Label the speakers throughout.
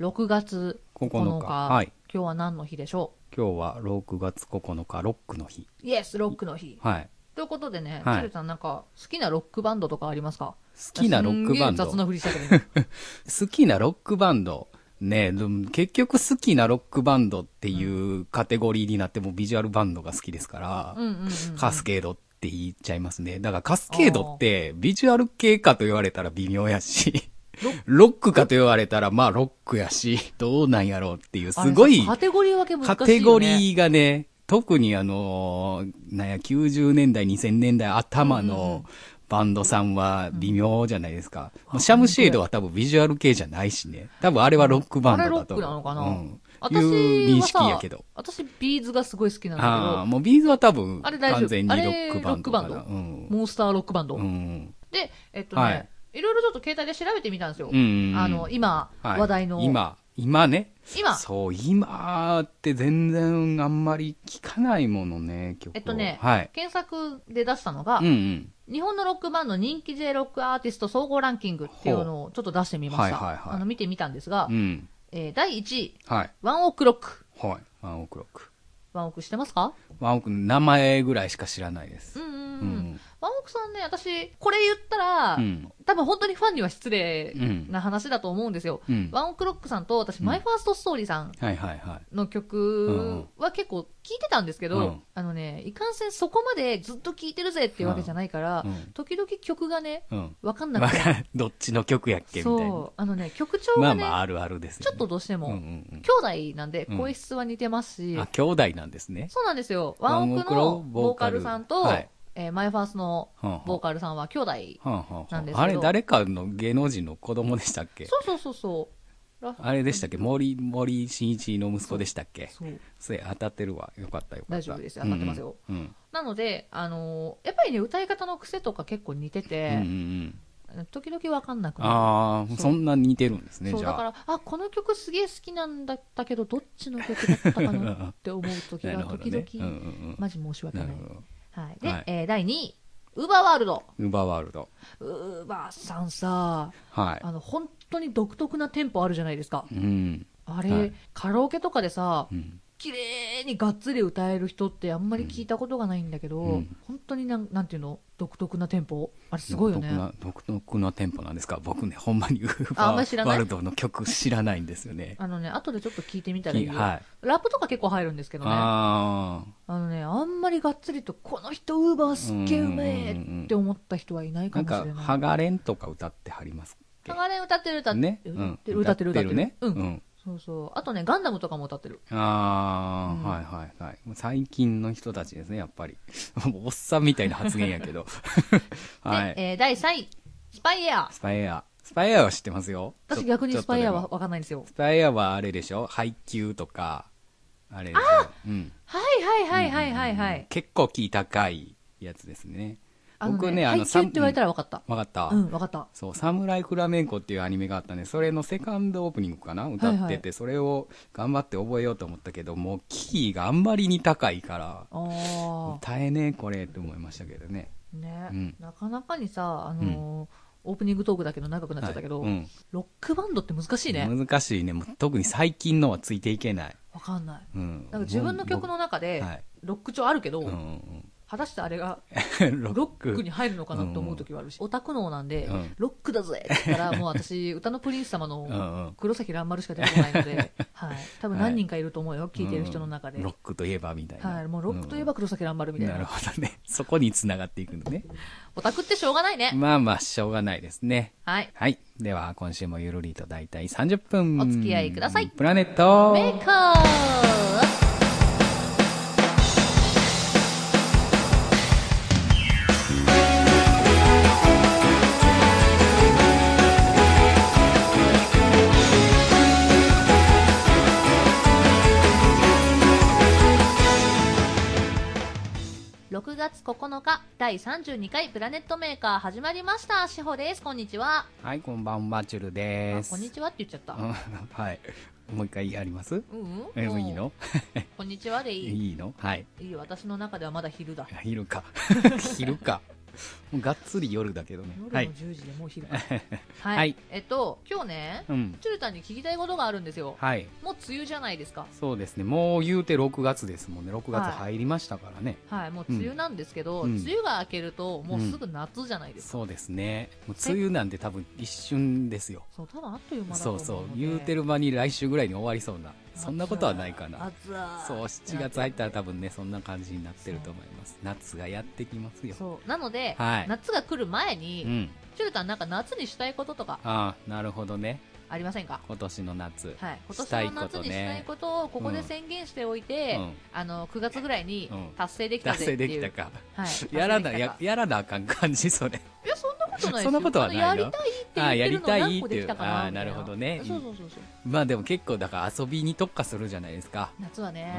Speaker 1: 6月
Speaker 2: 9
Speaker 1: 9日、
Speaker 2: 日。はい。
Speaker 1: 今日は何の日でしょ
Speaker 2: 今日は6月9日、ロックの日。
Speaker 1: うイエスロックの日
Speaker 2: はい。
Speaker 1: ということでね、
Speaker 2: はい
Speaker 1: チルさんなんか好きなロックバンドとかありますか
Speaker 2: 好きなロックバ
Speaker 1: す
Speaker 2: ン
Speaker 1: んげえ雑な
Speaker 2: ド。
Speaker 1: ふりしたけ ど今
Speaker 2: 好きなロックバンド。ねえ、でも結局好きなロックバンドっていうカテゴリーになってもビジュアルバンドが好きですから
Speaker 1: う、んうんうん、
Speaker 2: カスケードって言っちゃいますね。だからカスケードってビジュアル系かと言われたら微妙やし、ロックかと言われたらまあロックやし、どうなんやろうっていう、すご
Speaker 1: あれ
Speaker 2: い
Speaker 1: さカテゴリー分け難しいよ、
Speaker 2: カ
Speaker 1: ね、
Speaker 2: テゴリーがね、特にあのー、なんや、90年代、2000年代頭のバンドさんは微妙じゃないですか。もうシャムシェードは多分ビジュアル系じゃないしね。多分あれはロックバンドだと
Speaker 1: あれロッ
Speaker 2: 思う。
Speaker 1: クなのかな、
Speaker 2: うん
Speaker 1: 私はさ
Speaker 2: いう認識やけど。
Speaker 1: 私ビーズがすごい好きなんだけ
Speaker 2: ああー、
Speaker 1: ど
Speaker 2: もうビーズは多分
Speaker 1: あれ大丈夫
Speaker 2: 完全にロックバンドか
Speaker 1: あ
Speaker 2: な
Speaker 1: れロックバンド
Speaker 2: うん。
Speaker 1: モンスターロックバンド、
Speaker 2: うん。
Speaker 1: でえっとね、
Speaker 2: はいい、
Speaker 1: ろいろちょっと携帯で調べてみたんですよ、
Speaker 2: うん
Speaker 1: あの今、
Speaker 2: はい
Speaker 1: 話題の
Speaker 2: 今、今ね。
Speaker 1: 今
Speaker 2: そう、今って全然あんまり聞かないものね、曲を
Speaker 1: えっとね、
Speaker 2: はい。
Speaker 1: 検索で出したのが、
Speaker 2: うんうん。
Speaker 1: 日本のロックバンド人気 J ロックアーティスト総合ランキングっていうのをちょっと出してみました。
Speaker 2: ほうはいはいはい
Speaker 1: あの見てみたんですが、
Speaker 2: うん。
Speaker 1: えー第1位、
Speaker 2: はい。
Speaker 1: ワンオクロック。
Speaker 2: はい。ワンオクロック。
Speaker 1: ワンオクしてますか
Speaker 2: ワンオクの名前ぐらいしか知らないで
Speaker 1: う
Speaker 2: す。
Speaker 1: んうんうん。
Speaker 2: うん。
Speaker 1: ワンオクさんね、私、これ言ったら、
Speaker 2: うん。
Speaker 1: 多分本当にファンには失礼
Speaker 2: うん
Speaker 1: な話だと思うんですよ。
Speaker 2: うん。
Speaker 1: ワンオクロックさんと私、
Speaker 2: うん
Speaker 1: マイファーストストーリーさん
Speaker 2: はいはいはい。
Speaker 1: の曲は結構聞いてたんですけど、
Speaker 2: うん
Speaker 1: あのね、いかんせんそこまでずっと聴いてるぜっていうわけじゃないから、
Speaker 2: うん
Speaker 1: 時々曲がね、
Speaker 2: うん。
Speaker 1: わかんな
Speaker 2: わ
Speaker 1: くて
Speaker 2: かる どっちの曲やっけみたいな。
Speaker 1: そう。あのね、曲調
Speaker 2: ま
Speaker 1: が
Speaker 2: あ
Speaker 1: ね、
Speaker 2: まああるあるですよ
Speaker 1: ちょっ
Speaker 2: ね。
Speaker 1: とどうしても、
Speaker 2: うんうん
Speaker 1: 兄弟なんで
Speaker 2: うん
Speaker 1: 声質は似てますし、
Speaker 2: うん。あ、兄弟なんですね。
Speaker 1: そうなんですよ。ワ
Speaker 2: ワ
Speaker 1: ン
Speaker 2: ン
Speaker 1: オ
Speaker 2: オ
Speaker 1: ク
Speaker 2: ク
Speaker 1: の
Speaker 2: の
Speaker 1: ボーカルさんと、
Speaker 2: はい
Speaker 1: えーマイファースの
Speaker 2: はんはん
Speaker 1: ボーカルさんは兄弟。
Speaker 2: はんはんはん
Speaker 1: なんですけど
Speaker 2: あれ誰かの芸能人の子供でしたっけ
Speaker 1: そうそうそうそう。ラ
Speaker 2: あれでしたっけ森、森進一の息子でしたっけ
Speaker 1: そう。
Speaker 2: それ当たってるわ。よかったよかった。
Speaker 1: 大丈夫です当たってますよ
Speaker 2: うんうん。
Speaker 1: なので、あのーやっぱりね、歌い方の癖とか結構似て
Speaker 2: うんうんう
Speaker 1: て、
Speaker 2: ん。
Speaker 1: 時々わかんなくな
Speaker 2: ああ、そんな似てるんです
Speaker 1: る。
Speaker 2: ね、
Speaker 1: そう、
Speaker 2: じ
Speaker 1: だ
Speaker 2: ゃ
Speaker 1: か
Speaker 2: あ。
Speaker 1: ら、あ、この曲すげえ好きなんだったけど、どっちの曲だった かなって思う時
Speaker 2: な
Speaker 1: が
Speaker 2: るほど
Speaker 1: 時
Speaker 2: ね
Speaker 1: 々、
Speaker 2: うんうん
Speaker 1: マジ申し
Speaker 2: うん。
Speaker 1: 訳な
Speaker 2: ないる。ほど。
Speaker 1: はい。で、
Speaker 2: はい
Speaker 1: えー第2位、ウーバーワールド。
Speaker 2: ウーバーワールド。
Speaker 1: ウーバーさんさ、
Speaker 2: はい。
Speaker 1: あの、本当に独特なテンポあるじゃないですか。
Speaker 2: うん。
Speaker 1: あれ、
Speaker 2: はい
Speaker 1: カラオケとかでさ
Speaker 2: う、ん。
Speaker 1: 綺麗にがっつり歌える人ってあんまり聞いたことがないんだけど、
Speaker 2: うん
Speaker 1: 本当になん、なんていうの、独特なテンポあれすごいよね。
Speaker 2: 独特な、独特なテンポなんですか僕ね、ほんまにウー
Speaker 1: ああ
Speaker 2: バ
Speaker 1: んまり知ら
Speaker 2: ー
Speaker 1: ない
Speaker 2: ワールドの曲知らないんですよね。
Speaker 1: あのね、後でちょっと聞いてみたらいいよ。
Speaker 2: はい。
Speaker 1: ラップとか結構入るんですけどね。あ
Speaker 2: あ
Speaker 1: のね、あんまりがっつりと、この人ウーバーすっげえうめえって思った人はいない
Speaker 2: あ。な
Speaker 1: か
Speaker 2: ん
Speaker 1: もしれ
Speaker 2: か
Speaker 1: ない。、
Speaker 2: ハガレンとか歌ってはります
Speaker 1: ハガレン歌ってる歌ってる、
Speaker 2: ね。
Speaker 1: 歌ってる
Speaker 2: うん
Speaker 1: 歌ってる歌ってる。
Speaker 2: ね。
Speaker 1: う、
Speaker 2: うんん。
Speaker 1: そうそう。あとね、ガンダムとかも歌ってる。
Speaker 2: ああ、
Speaker 1: うん
Speaker 2: はいはいはい。もう最近の人たちですね、やっぱり。 もうおっさんみたいな発言 やけど。は
Speaker 1: で
Speaker 2: い。
Speaker 1: えー第3位、スパイエア。
Speaker 2: スパイエア。スパイエアは知ってますよ。ち
Speaker 1: 私
Speaker 2: ょ
Speaker 1: 逆にスパイエア。
Speaker 2: ちょ
Speaker 1: は
Speaker 2: っとでも
Speaker 1: わかんないんですよ。
Speaker 2: スパイエアはあれでしょ配給とか、あれでしょうん。
Speaker 1: はいはいはいはいはいはい。
Speaker 2: 結構キー高いやつですね。
Speaker 1: あの
Speaker 2: 僕ね、あ
Speaker 1: 配
Speaker 2: の、
Speaker 1: 給って言われたらわかった。
Speaker 2: わかった。
Speaker 1: うん、わかった。
Speaker 2: そう、サムライフラメンコっていうアニメがあったね。それのセカンドオープニングかな歌ってて、
Speaker 1: はいは
Speaker 2: それを頑張って覚えようと思ったけど、もうキーがあんまりに高いから、
Speaker 1: あ
Speaker 2: 歌えねえこれって思いましたけどね。
Speaker 1: あ、ね、
Speaker 2: うん
Speaker 1: なかなかにさ、あのーオープニングトークだけど長くなっちゃったけど、
Speaker 2: はいうん
Speaker 1: ロックバンドって難しいね。
Speaker 2: 難しいね。もう特に最近のはついていけない。
Speaker 1: わかんない。
Speaker 2: うん。
Speaker 1: なんか自分の曲の中で
Speaker 2: 僕はい、
Speaker 1: ロック調あるけど、
Speaker 2: 僕、うんうん
Speaker 1: 果たしてあれが
Speaker 2: うん、 ロ
Speaker 1: ロックに入るのかなって思う時はあるし、オタク脳なんで、
Speaker 2: うん
Speaker 1: ロックだぜって言ったら、もう私、歌のプリンス様
Speaker 2: うんう
Speaker 1: の
Speaker 2: ん
Speaker 1: 黒崎乱丸しか出てこないの で、はい、多分何人かいると思うよ、聞いてる人の中で。
Speaker 2: うんロックといえばみたいな。
Speaker 1: はい、もうロックといえば黒崎乱丸み
Speaker 2: うん、
Speaker 1: たい
Speaker 2: なる
Speaker 1: な。
Speaker 2: ほどね。 そこに繋がっていくのね。
Speaker 1: オタクってしょうがないね。
Speaker 2: まあまあ、しょうがないですね。
Speaker 1: はい。
Speaker 2: はい。では、今週もゆるりと大体30分。
Speaker 1: お付き合いください
Speaker 2: プラネット
Speaker 1: メーカー6月9日第32回プラネットメーカー始まりましたしほですこんにちは
Speaker 2: はい、こんばんは、チュル
Speaker 1: あ
Speaker 2: です。
Speaker 1: こんにちはって言っちゃった
Speaker 2: うんはい。もう一回やります
Speaker 1: うんうん
Speaker 2: え、
Speaker 1: もう
Speaker 2: いいの
Speaker 1: こんにちはでいい
Speaker 2: いいのはい。
Speaker 1: いいよ私の中ではまだ昼だ
Speaker 2: 昼か。昼か。もうがっつり夜だけどね。
Speaker 3: 夜の
Speaker 2: はい。
Speaker 3: 10時でもう 昼か。
Speaker 1: はい、
Speaker 2: はい
Speaker 1: えっと今日ね、
Speaker 2: うん。
Speaker 1: チュルタンに聞きたいことがあるんですよ、
Speaker 2: はい。
Speaker 1: もう梅雨じゃないですか
Speaker 2: そうですね。もう言うて6月ですもんね。6月入りましたからね。
Speaker 1: はいもう梅雨なんですけど、
Speaker 2: うん
Speaker 1: 梅雨が明けるともうすぐ夏じゃないですか、
Speaker 2: そうですね。もう梅雨なんで多分一瞬ですよ。
Speaker 1: そう多分あっという間だと
Speaker 2: そ
Speaker 1: 思
Speaker 2: う
Speaker 1: うので
Speaker 2: そう。言うてる間に来週ぐらいに終わりそうな。そんなことはないかな。
Speaker 1: 暑ー
Speaker 2: そう、7月入ったら多分ね、そんな感じになってると思います。夏がやってきますよ。
Speaker 1: そうなので、
Speaker 2: はい
Speaker 1: 夏が来る前
Speaker 2: う
Speaker 1: に、
Speaker 2: ん。
Speaker 1: チュルタンなんか夏にしたいこととか
Speaker 2: ああ、なるほどね。
Speaker 1: ありませんか
Speaker 2: 今年の夏。
Speaker 1: はい、今
Speaker 2: したい
Speaker 1: 年の
Speaker 2: こ
Speaker 1: 夏
Speaker 2: と
Speaker 1: にしたい
Speaker 2: ね。
Speaker 1: ことをここで宣言しておいて、
Speaker 2: うん
Speaker 1: あの9月ぐらいに
Speaker 2: うん
Speaker 1: 達成できた
Speaker 2: 達
Speaker 1: ぜ
Speaker 2: 成
Speaker 1: って
Speaker 2: で
Speaker 1: い
Speaker 2: き
Speaker 1: う、
Speaker 2: たか。
Speaker 1: はい、
Speaker 2: やら
Speaker 1: 達
Speaker 2: な、
Speaker 1: 成できた
Speaker 2: や
Speaker 1: か、
Speaker 2: やらなあかん感じ、それ。
Speaker 1: いやそんなことないですよ
Speaker 2: そんなことはないの
Speaker 1: あのやりたいって言ってるの
Speaker 2: あ
Speaker 1: が
Speaker 2: やりたい
Speaker 1: 何個できたかな
Speaker 2: っていうあなるほどね
Speaker 1: みたいなそうそうそうそう
Speaker 2: まあでも結構、だから遊びに特化するじゃないですか。
Speaker 1: 夏はね、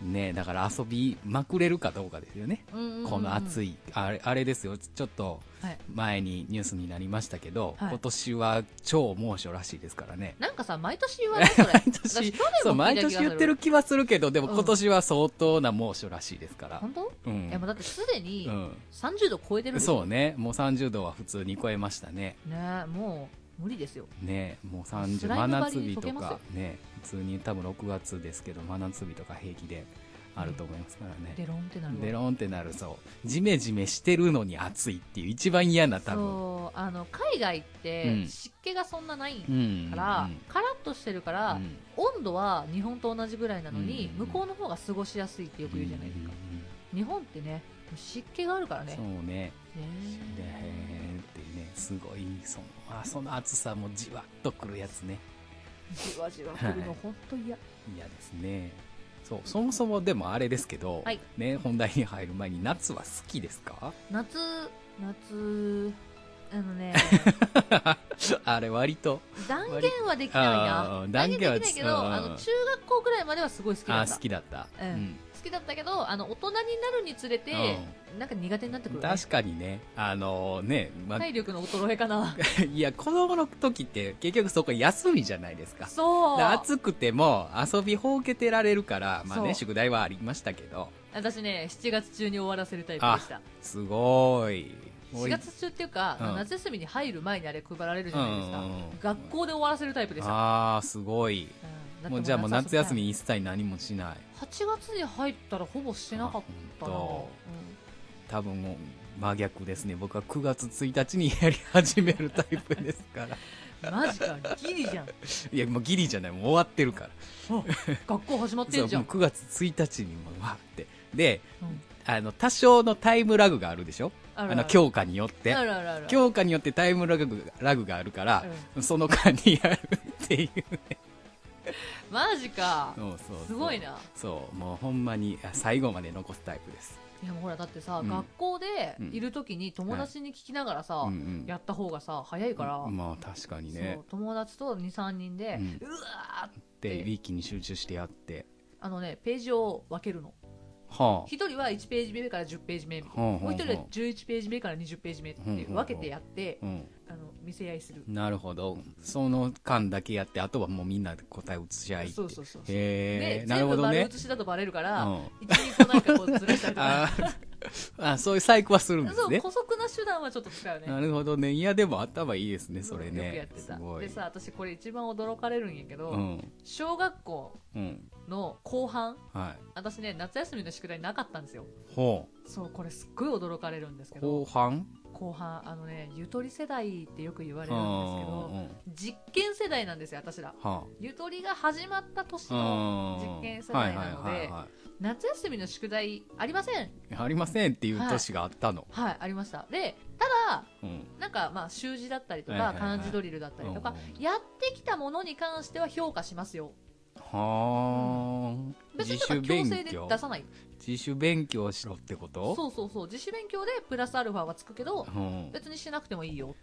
Speaker 2: ねえだから遊びまくれるかどうかですよね。
Speaker 1: うんうんうんうん
Speaker 2: この暑
Speaker 1: い、
Speaker 2: い、あれ、あれですよ。ちょっと
Speaker 1: はい、
Speaker 2: 前にニュースになりましたけど、
Speaker 1: はい
Speaker 2: 今年は超猛暑らしいですからね。
Speaker 1: なんかさ毎年言わない それ
Speaker 2: 毎年
Speaker 1: 私去年も聞いた気がす
Speaker 2: そう
Speaker 1: る
Speaker 2: 毎年言ってる気はするけどでも
Speaker 1: うん
Speaker 2: 今年は相当な猛暑らしいですから
Speaker 1: 本当、
Speaker 2: うん、
Speaker 1: いやもうだってすでに
Speaker 2: うん
Speaker 1: 30度超えてるんですよ
Speaker 2: そうねもう30度は普通に超えましたね
Speaker 1: ねもう無理ですよ
Speaker 2: ねもう
Speaker 1: ス
Speaker 2: 30
Speaker 1: ライム張
Speaker 2: 真
Speaker 1: り
Speaker 2: 夏
Speaker 1: に
Speaker 2: 日
Speaker 1: 溶け
Speaker 2: と
Speaker 1: ますよ
Speaker 2: かね普通に多分6月ですけど真夏日とか平気であると思いますから
Speaker 1: デ
Speaker 2: ね、
Speaker 1: ロンってなるわ
Speaker 2: デロンってなるそうジメジメしてるのに暑いっていう一番嫌な多分
Speaker 1: そうあの海外っ
Speaker 2: う
Speaker 1: て
Speaker 2: ん
Speaker 1: 湿気がそんなないか
Speaker 2: うん
Speaker 1: ら、
Speaker 2: うん
Speaker 1: カラッとしてるから、
Speaker 2: うん
Speaker 1: 温度は日本と同じぐらいなのに、
Speaker 2: う
Speaker 1: 向
Speaker 2: ん
Speaker 1: こうの方が過ごしやすいってよく言うじゃないですか、日本ってね湿気があるからね
Speaker 2: うんそうね
Speaker 1: ね
Speaker 2: でってねすごいそのあその暑さもじわっとくるやつね
Speaker 1: じわじわ来る
Speaker 2: は
Speaker 1: の
Speaker 2: い
Speaker 1: 本当嫌
Speaker 2: 嫌ですねそうそもそもでもあれですけど、
Speaker 1: はい
Speaker 2: ね、本題に入る前に夏は好きですか
Speaker 1: 夏夏あの ね
Speaker 2: あれ割と
Speaker 1: 断言はできない
Speaker 2: あ
Speaker 1: な
Speaker 2: ー
Speaker 1: 断言できないけど
Speaker 2: 断言は
Speaker 1: あの中学校ぐらいまではすごい好きだ
Speaker 2: あ
Speaker 1: った
Speaker 2: 好きだった、
Speaker 1: うん好きだったけどあの大人になるにつれて、なんか苦手になってく
Speaker 2: うん
Speaker 1: る、ね、
Speaker 2: 確かにねあのね、ま
Speaker 1: 体力の衰えかな
Speaker 2: いや子供の時って結局そこ休みじゃないですか
Speaker 1: そう
Speaker 2: で暑くても遊びほうけてられるから、まあ
Speaker 1: そう
Speaker 2: ね、宿題はありましたけど
Speaker 1: 私ね7月中に終わらせるタイプでした
Speaker 2: すごい
Speaker 1: 4月中っていうか、
Speaker 2: うん
Speaker 1: 夏休みに入る前にあれ配られるじゃないですか、
Speaker 2: うんうんうん
Speaker 1: 学校で終わらせるタイプでした、
Speaker 2: ああすごい
Speaker 1: ん
Speaker 2: もうじゃあもう夏休
Speaker 1: だ
Speaker 2: み一切何もしない
Speaker 1: ってもう夏休み8月に入ったらほぼしてなかったな、
Speaker 2: あ
Speaker 1: うん
Speaker 2: 本多分もう真逆ですね僕は9月1日にやり始めるタイプですか ら
Speaker 1: マジかギリじ ゃん
Speaker 2: いやもうギリじゃないもう終わってるから
Speaker 1: 学校始まって
Speaker 2: そうん
Speaker 1: じゃ、
Speaker 2: もうん9月1日にもうわってで
Speaker 1: うん
Speaker 2: あの多少のタイムラグがあるでしょ
Speaker 1: あるある
Speaker 2: の強化によって
Speaker 1: あるあるある
Speaker 2: 強化によってタイムラグラグがあるから、その間にやるっていう
Speaker 1: マジか
Speaker 2: そうそうそう
Speaker 1: すごいな
Speaker 2: そうもうほんまにあ最後まで残すタイプです
Speaker 1: いやもうほらだってさ、
Speaker 2: うん
Speaker 1: 学校でいる時に友達に聞きながらさ、
Speaker 2: うんうん
Speaker 1: やった方がさ早いから、
Speaker 2: まあ確かにね
Speaker 1: そう友達と23人で、
Speaker 2: うん
Speaker 1: うわーって
Speaker 2: で一気に集中してやって
Speaker 1: あのねページを分けるの
Speaker 2: は
Speaker 1: 一人は1ページ目から10ページ目みたいな
Speaker 2: ほうほうほ
Speaker 1: も
Speaker 2: う
Speaker 1: う一人は11ページ目から20ページ目って
Speaker 2: ほうほうほう
Speaker 1: 分けてやって
Speaker 2: あ、うん、
Speaker 1: あの見せ合いする
Speaker 2: なるほどその間だけやってあとはもうみんなで答え移し合いって
Speaker 1: そうそうそう
Speaker 2: へ
Speaker 1: で
Speaker 2: えなる
Speaker 1: 全
Speaker 2: ほ
Speaker 1: 部
Speaker 2: ど
Speaker 1: 丸
Speaker 2: ね
Speaker 1: 写しだとバレるから、
Speaker 2: うん
Speaker 1: 一人こうなんかこうずらしたりとか
Speaker 2: あーあそういう細工はするんで
Speaker 1: そ
Speaker 2: す
Speaker 1: う
Speaker 2: ね
Speaker 1: 姑息な手段はちょっと使うね
Speaker 2: なるほどねいやでも頭いいですねそれね
Speaker 1: よくやってた
Speaker 2: すごい
Speaker 1: でさ私これ一番驚かれるんやけど、
Speaker 2: うん
Speaker 1: 小学校
Speaker 2: うん
Speaker 1: の後半
Speaker 2: は
Speaker 1: 私ね夏休みの宿題なかったんですよ
Speaker 2: いほ
Speaker 1: そうこれすっごい驚かれるんですけ
Speaker 2: う
Speaker 1: ど
Speaker 2: 後半
Speaker 1: 後半あのねゆとり世代ってよく言われ
Speaker 2: う
Speaker 1: るん
Speaker 2: ん
Speaker 1: ですけど、
Speaker 2: うん
Speaker 1: 実験世代なんですよ私ら
Speaker 2: は
Speaker 1: ゆとりが始まった年
Speaker 2: あ
Speaker 1: の
Speaker 2: うん
Speaker 1: 実験世代なの
Speaker 2: はいはいはい
Speaker 1: で
Speaker 2: は
Speaker 1: 夏休みの宿題ありません
Speaker 2: いありませんっていう年があったの、
Speaker 1: はいありましたでただ
Speaker 2: うん
Speaker 1: なんかまあ習字だったりと
Speaker 2: は
Speaker 1: か
Speaker 2: いはいはい
Speaker 1: 漢字ドリルだったりとか
Speaker 2: うん
Speaker 1: やってきたものに関しては評価しますよ
Speaker 2: はあ、
Speaker 1: 別
Speaker 2: 自
Speaker 1: になんか強
Speaker 2: 主勉
Speaker 1: 制で
Speaker 2: 強
Speaker 1: 出さない
Speaker 2: 自主勉強しろってこと
Speaker 1: そうそうそう自主勉強でプラスアルファはつくけど
Speaker 2: うん、
Speaker 1: 別にしなくてもいいよ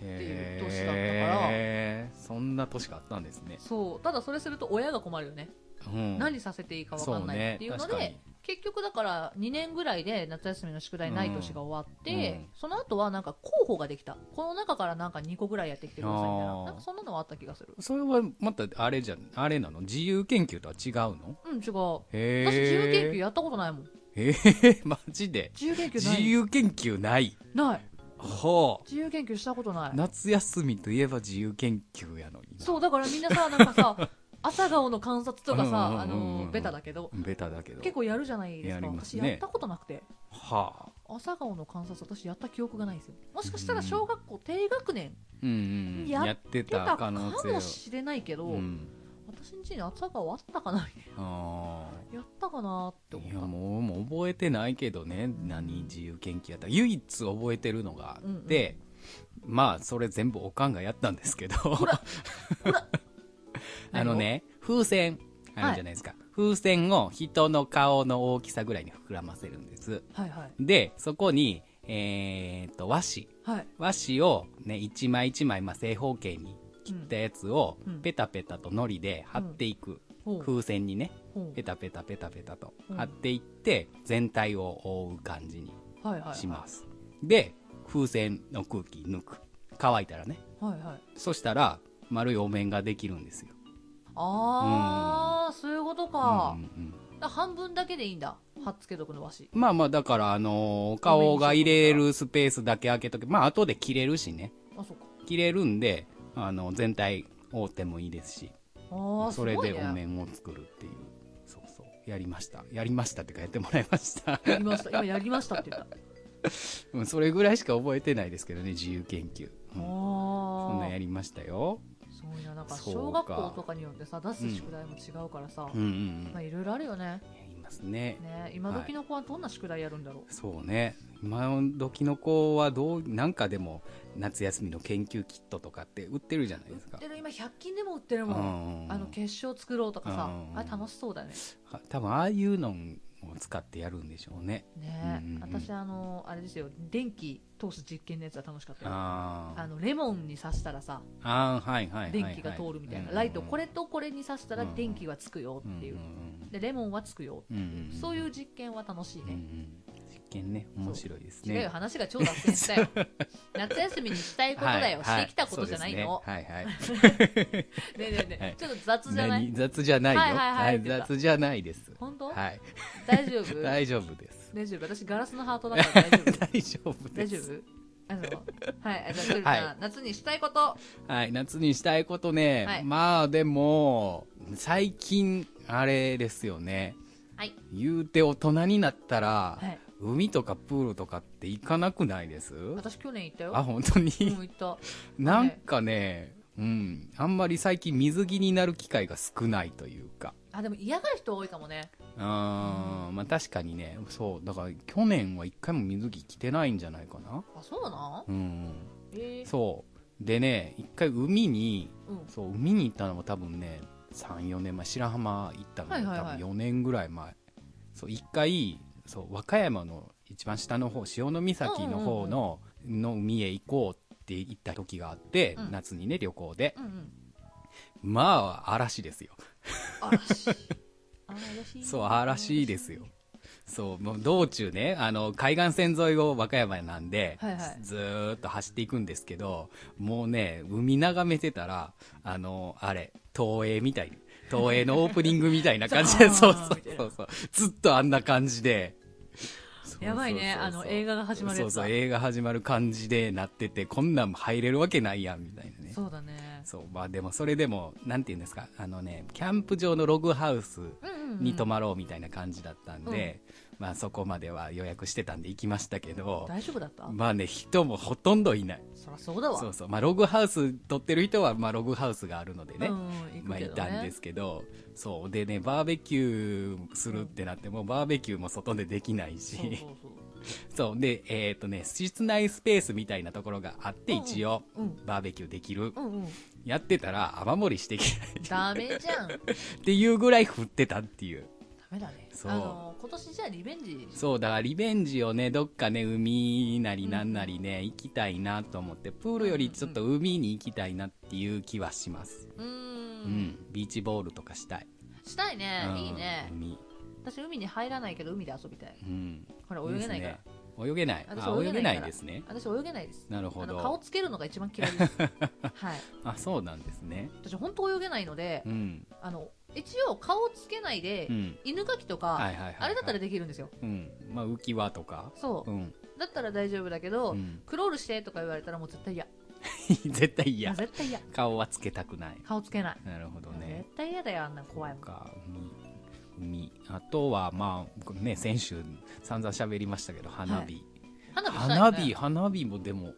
Speaker 2: へ
Speaker 1: っていう年だったから
Speaker 2: えそんな年があったんですね、
Speaker 1: そうただそれすると親が困るよね、
Speaker 2: うん、
Speaker 1: 何させていいか分かんないっていうの
Speaker 2: そう
Speaker 1: で
Speaker 2: ね
Speaker 1: 結局だから2年ぐらいで夏休みの宿題ない年が終わって、
Speaker 2: うんうん
Speaker 1: その後はなんか候補ができたこの中からなんか2個ぐらいやってきてくださいみたい
Speaker 2: あ
Speaker 1: な
Speaker 2: ー
Speaker 1: なんかそんなのはあった気がする
Speaker 2: それはまたあれじゃんあれなの自由研究とは違うの
Speaker 1: うん違う私
Speaker 2: へえ
Speaker 1: 自由研究やったことないもん
Speaker 2: えー、マジで
Speaker 1: 自由研究な
Speaker 2: 自
Speaker 1: い
Speaker 2: 由研究ない。
Speaker 1: ない
Speaker 2: ほ。
Speaker 1: 自由研究したことないう
Speaker 2: 夏休みといえば自由研究やのにな。
Speaker 1: そうだからみんなさなんか さ朝顔の観察とかさあ
Speaker 2: うんうんうんうん
Speaker 1: のベタだけど
Speaker 2: ベタだけど。
Speaker 1: 結構やるじゃないですか
Speaker 2: やります
Speaker 1: 私
Speaker 2: ね
Speaker 1: やったことなくて
Speaker 2: はあ。
Speaker 1: 朝顔の観察私やった記憶がないんですよもしかしたら小学校低学年
Speaker 2: うんうんうん。
Speaker 1: や
Speaker 2: やって
Speaker 1: 出た
Speaker 2: た
Speaker 1: か
Speaker 2: 可能性
Speaker 1: もしれないけど、
Speaker 2: を。うん。
Speaker 1: 私んちに朝顔あったかな
Speaker 2: ああ。
Speaker 1: やったかなって
Speaker 2: いや
Speaker 1: 思っ
Speaker 2: もうもう覚えてないけどね何自由研究やった唯一覚えてるのがあって、まあそれ全部おかんがやったんですけど あのね風船あるじゃないですか、風船を人の顔の大きさぐらいに膨らませるんです
Speaker 1: たはいはい
Speaker 2: でそこにえー、っと和紙
Speaker 1: はい
Speaker 2: 和紙をね一枚一枚、まあ、正方形に切ったやつを
Speaker 1: うんうん
Speaker 2: ペタペタと糊で貼っていく、
Speaker 1: ほう
Speaker 2: 風船にね
Speaker 1: ほ
Speaker 2: ペタペタペタペタと
Speaker 1: うん
Speaker 2: 貼っていって、全体を覆う感じに
Speaker 1: うはいはいはい
Speaker 2: します。で、風船の空気抜く。乾いたらね。
Speaker 1: はいはい
Speaker 2: そしたら、丸いお面ができるんですよ。
Speaker 1: ああ、そういうことか
Speaker 2: うん,、うん
Speaker 1: だ半分だけでいいんだ貼っつけとくの和紙
Speaker 2: うんまあまあ、だから、あのーお顔が入れるスペースだけ開けとけ。まあ、後で切れるしね。
Speaker 1: あそうか
Speaker 2: 切れるんで、あの、全体覆ってもいいですし、
Speaker 1: ああ
Speaker 2: それでお
Speaker 1: ね、
Speaker 2: 面を作るっていう。そうそう。やりました。やりましたってかやってもらいました。
Speaker 1: やりました今やりましたって言った
Speaker 2: うんそれぐらいしか覚えてないですけどね、自由研究。うんそん
Speaker 1: あ
Speaker 2: なや
Speaker 1: あ
Speaker 2: りましたよ。
Speaker 1: そうやなんか
Speaker 2: そうか
Speaker 1: 小学校とかによってさ出す宿題も違うからさ、
Speaker 2: うんうんう
Speaker 1: まあ
Speaker 2: ん。
Speaker 1: いろいろあるよね
Speaker 2: やりますね。
Speaker 1: ね今時の子はどんな宿題やるんだろう、
Speaker 2: そうね。今時の子はどう、なんかでも、夏休みの研究キットとかって売ってるじゃないです
Speaker 1: 売っ
Speaker 2: か
Speaker 1: て。る今100均でも売ってる
Speaker 2: う
Speaker 1: もん、
Speaker 2: んうん
Speaker 1: あの結晶作ろうとかさ、
Speaker 2: うん
Speaker 1: あれ楽しそうだよね
Speaker 2: は多分ああいうのを使ってやるんでしょうね。
Speaker 1: ね、
Speaker 2: うんうんうん
Speaker 1: 私あのあれですよ電気通す実験のやつは楽しかったよ
Speaker 2: あ
Speaker 1: あ
Speaker 2: ー
Speaker 1: のレモンに刺したらさ
Speaker 2: あー、はいはいはい、は
Speaker 1: 電
Speaker 2: い。
Speaker 1: 気が通るみたいな、
Speaker 2: うんうん
Speaker 1: ライトこれとこれに刺したら電気がつくよっていう、
Speaker 2: うんうん
Speaker 1: でレモンはつくよっていう、
Speaker 2: うんうん
Speaker 1: そういう実験は楽しい
Speaker 2: うん、うん
Speaker 1: ね、
Speaker 2: うん実験ね、面白いですね。
Speaker 1: 違うよ話が超脱線した よ夏休みにしたいことだよ、
Speaker 2: はい
Speaker 1: してきたことじゃないの、
Speaker 2: はいはい そうです
Speaker 1: ねえねえ
Speaker 2: ね
Speaker 1: ねえ、
Speaker 2: はい
Speaker 1: ちょっと雑じゃ
Speaker 2: はい
Speaker 1: な
Speaker 2: 何
Speaker 1: い
Speaker 2: 雑じゃないよ。
Speaker 1: はいはいはいって言った
Speaker 2: 雑じゃないです。
Speaker 1: 本当、
Speaker 2: はい。
Speaker 1: 大丈夫
Speaker 2: 大丈夫です。
Speaker 1: 大丈夫私ガラスのハートだから大 丈夫
Speaker 2: 大丈夫で
Speaker 1: 大
Speaker 2: す。
Speaker 1: 丈夫あのはいあじゃあ鶴ちゃん、
Speaker 2: はい
Speaker 1: 夏にしたいこと
Speaker 2: はい、夏にしたいことね、
Speaker 1: はい
Speaker 2: まあでも、最近、あれですよね。
Speaker 4: はい
Speaker 2: 言うて大人になったら、
Speaker 1: はい
Speaker 2: 海とかプールとかって行かなくないです
Speaker 1: 私去年行ったよ
Speaker 2: あ、本当に、
Speaker 1: もう行った
Speaker 2: なんかね、うん、あんまり最近水着になる機会が少ないというか。
Speaker 1: あでも嫌がる人多いかもね
Speaker 2: あーまあ確かにね、そう、だから去年は一回も水着着てないんじゃないかな。
Speaker 1: あそうなん
Speaker 2: うん、
Speaker 1: えー、
Speaker 2: そう。でね、一回海に
Speaker 1: うん
Speaker 2: そう見に行ったのも多分ね34年前白浜行ったのも、
Speaker 1: はいはいはい
Speaker 2: 多分4年ぐらい前そう一回そう和歌山の一番下の方潮岬の方の,、の海へ行こうって行った時があって、
Speaker 1: うん
Speaker 2: 夏にね旅行で
Speaker 1: うん うん
Speaker 2: まあ嵐ですよ
Speaker 1: 嵐嵐
Speaker 2: そう嵐ですよそうもう道中ねあの海岸線沿いを和歌山なんで、
Speaker 1: はいはい
Speaker 2: ずーっと走っていくんですけどもうね海眺めてたらあのあれ東映みたいに東映のオープニングみたいな感 じで
Speaker 1: ザー
Speaker 2: そう
Speaker 1: ン
Speaker 2: そうそうそうずっとあんな感じでそう
Speaker 1: やばいね
Speaker 2: そうそうそう
Speaker 1: あの映画が始まるやつだ
Speaker 2: そうそう映画始まる感じでなっててこんなん入れるわけないやんみたいなね
Speaker 1: そうだね
Speaker 2: そうまあでもそれでもなんて言うんですかあのねキャンプ場のログハウスに泊まろうみたいな感じだったんで、まあそこまでは予約してたんで行きましたけど
Speaker 1: 大丈夫だった
Speaker 2: まあね人もほとんどいない
Speaker 1: そりゃそうだわ
Speaker 2: そうそうまあログハウス撮ってる人はまあログハウスがあるのでね、
Speaker 1: うん行
Speaker 2: ま
Speaker 1: く
Speaker 2: あ
Speaker 1: け
Speaker 2: い
Speaker 1: どね
Speaker 2: たんですけどそうでねバーベキューするってなってもバーベキューも外でできないし
Speaker 1: そうそうそう
Speaker 2: そう。で、えっ、とね、室内スペースみたいなところがあって、
Speaker 1: うんうん
Speaker 2: 一応、
Speaker 1: うん
Speaker 2: バーベキューできる。
Speaker 1: うんう ん
Speaker 2: やってたら、雨漏りしてきない
Speaker 1: ダメじゃんダ
Speaker 2: っていうぐらい降ってたっていう。
Speaker 1: メだね
Speaker 2: そう
Speaker 1: あの今年じゃあリベンジ
Speaker 2: そう、だからリベンジをね、どっかね、海なりなんなりね、行きたいなと思って、プールよりちょっと海に行きたいなっていう気はします。
Speaker 1: うー
Speaker 2: うんん。ビーチボールとかしたい。
Speaker 1: したいね
Speaker 2: うん
Speaker 1: いいね
Speaker 2: 海。
Speaker 1: 私海に入らないけど海で遊びたい
Speaker 2: うん。
Speaker 1: ほら泳げないから、
Speaker 2: ですね。泳げない。
Speaker 1: 私
Speaker 2: あ泳げない
Speaker 1: から
Speaker 2: ですね。
Speaker 1: 私泳げないです
Speaker 2: なるほ
Speaker 1: あの
Speaker 2: ど。
Speaker 1: 顔つけるのが 一番嫌いですはい
Speaker 2: あ、そうなんですね。
Speaker 1: 私本当泳げないので
Speaker 2: うん。
Speaker 1: あの一応顔つけないで、
Speaker 2: うん。
Speaker 1: 犬かきとか、
Speaker 2: はいはいはいはい。
Speaker 1: あれだったらできるんですよ
Speaker 2: うん。まあ、浮き輪とか。
Speaker 1: そう、
Speaker 2: うん。
Speaker 1: だったら大丈夫だけど、
Speaker 2: うん、
Speaker 1: クロールしてとか言われたらもう絶対嫌
Speaker 2: 絶対嫌。
Speaker 1: 絶対嫌
Speaker 2: 顔はつけたくない。
Speaker 1: 顔つけない、
Speaker 2: なるほどね。
Speaker 1: 絶対嫌だよあんな怖いもん
Speaker 2: か海海あとはまあね先週散々喋りましたけど花火、
Speaker 1: 花火したいよ
Speaker 2: 花
Speaker 1: ね
Speaker 2: 火花火もでもい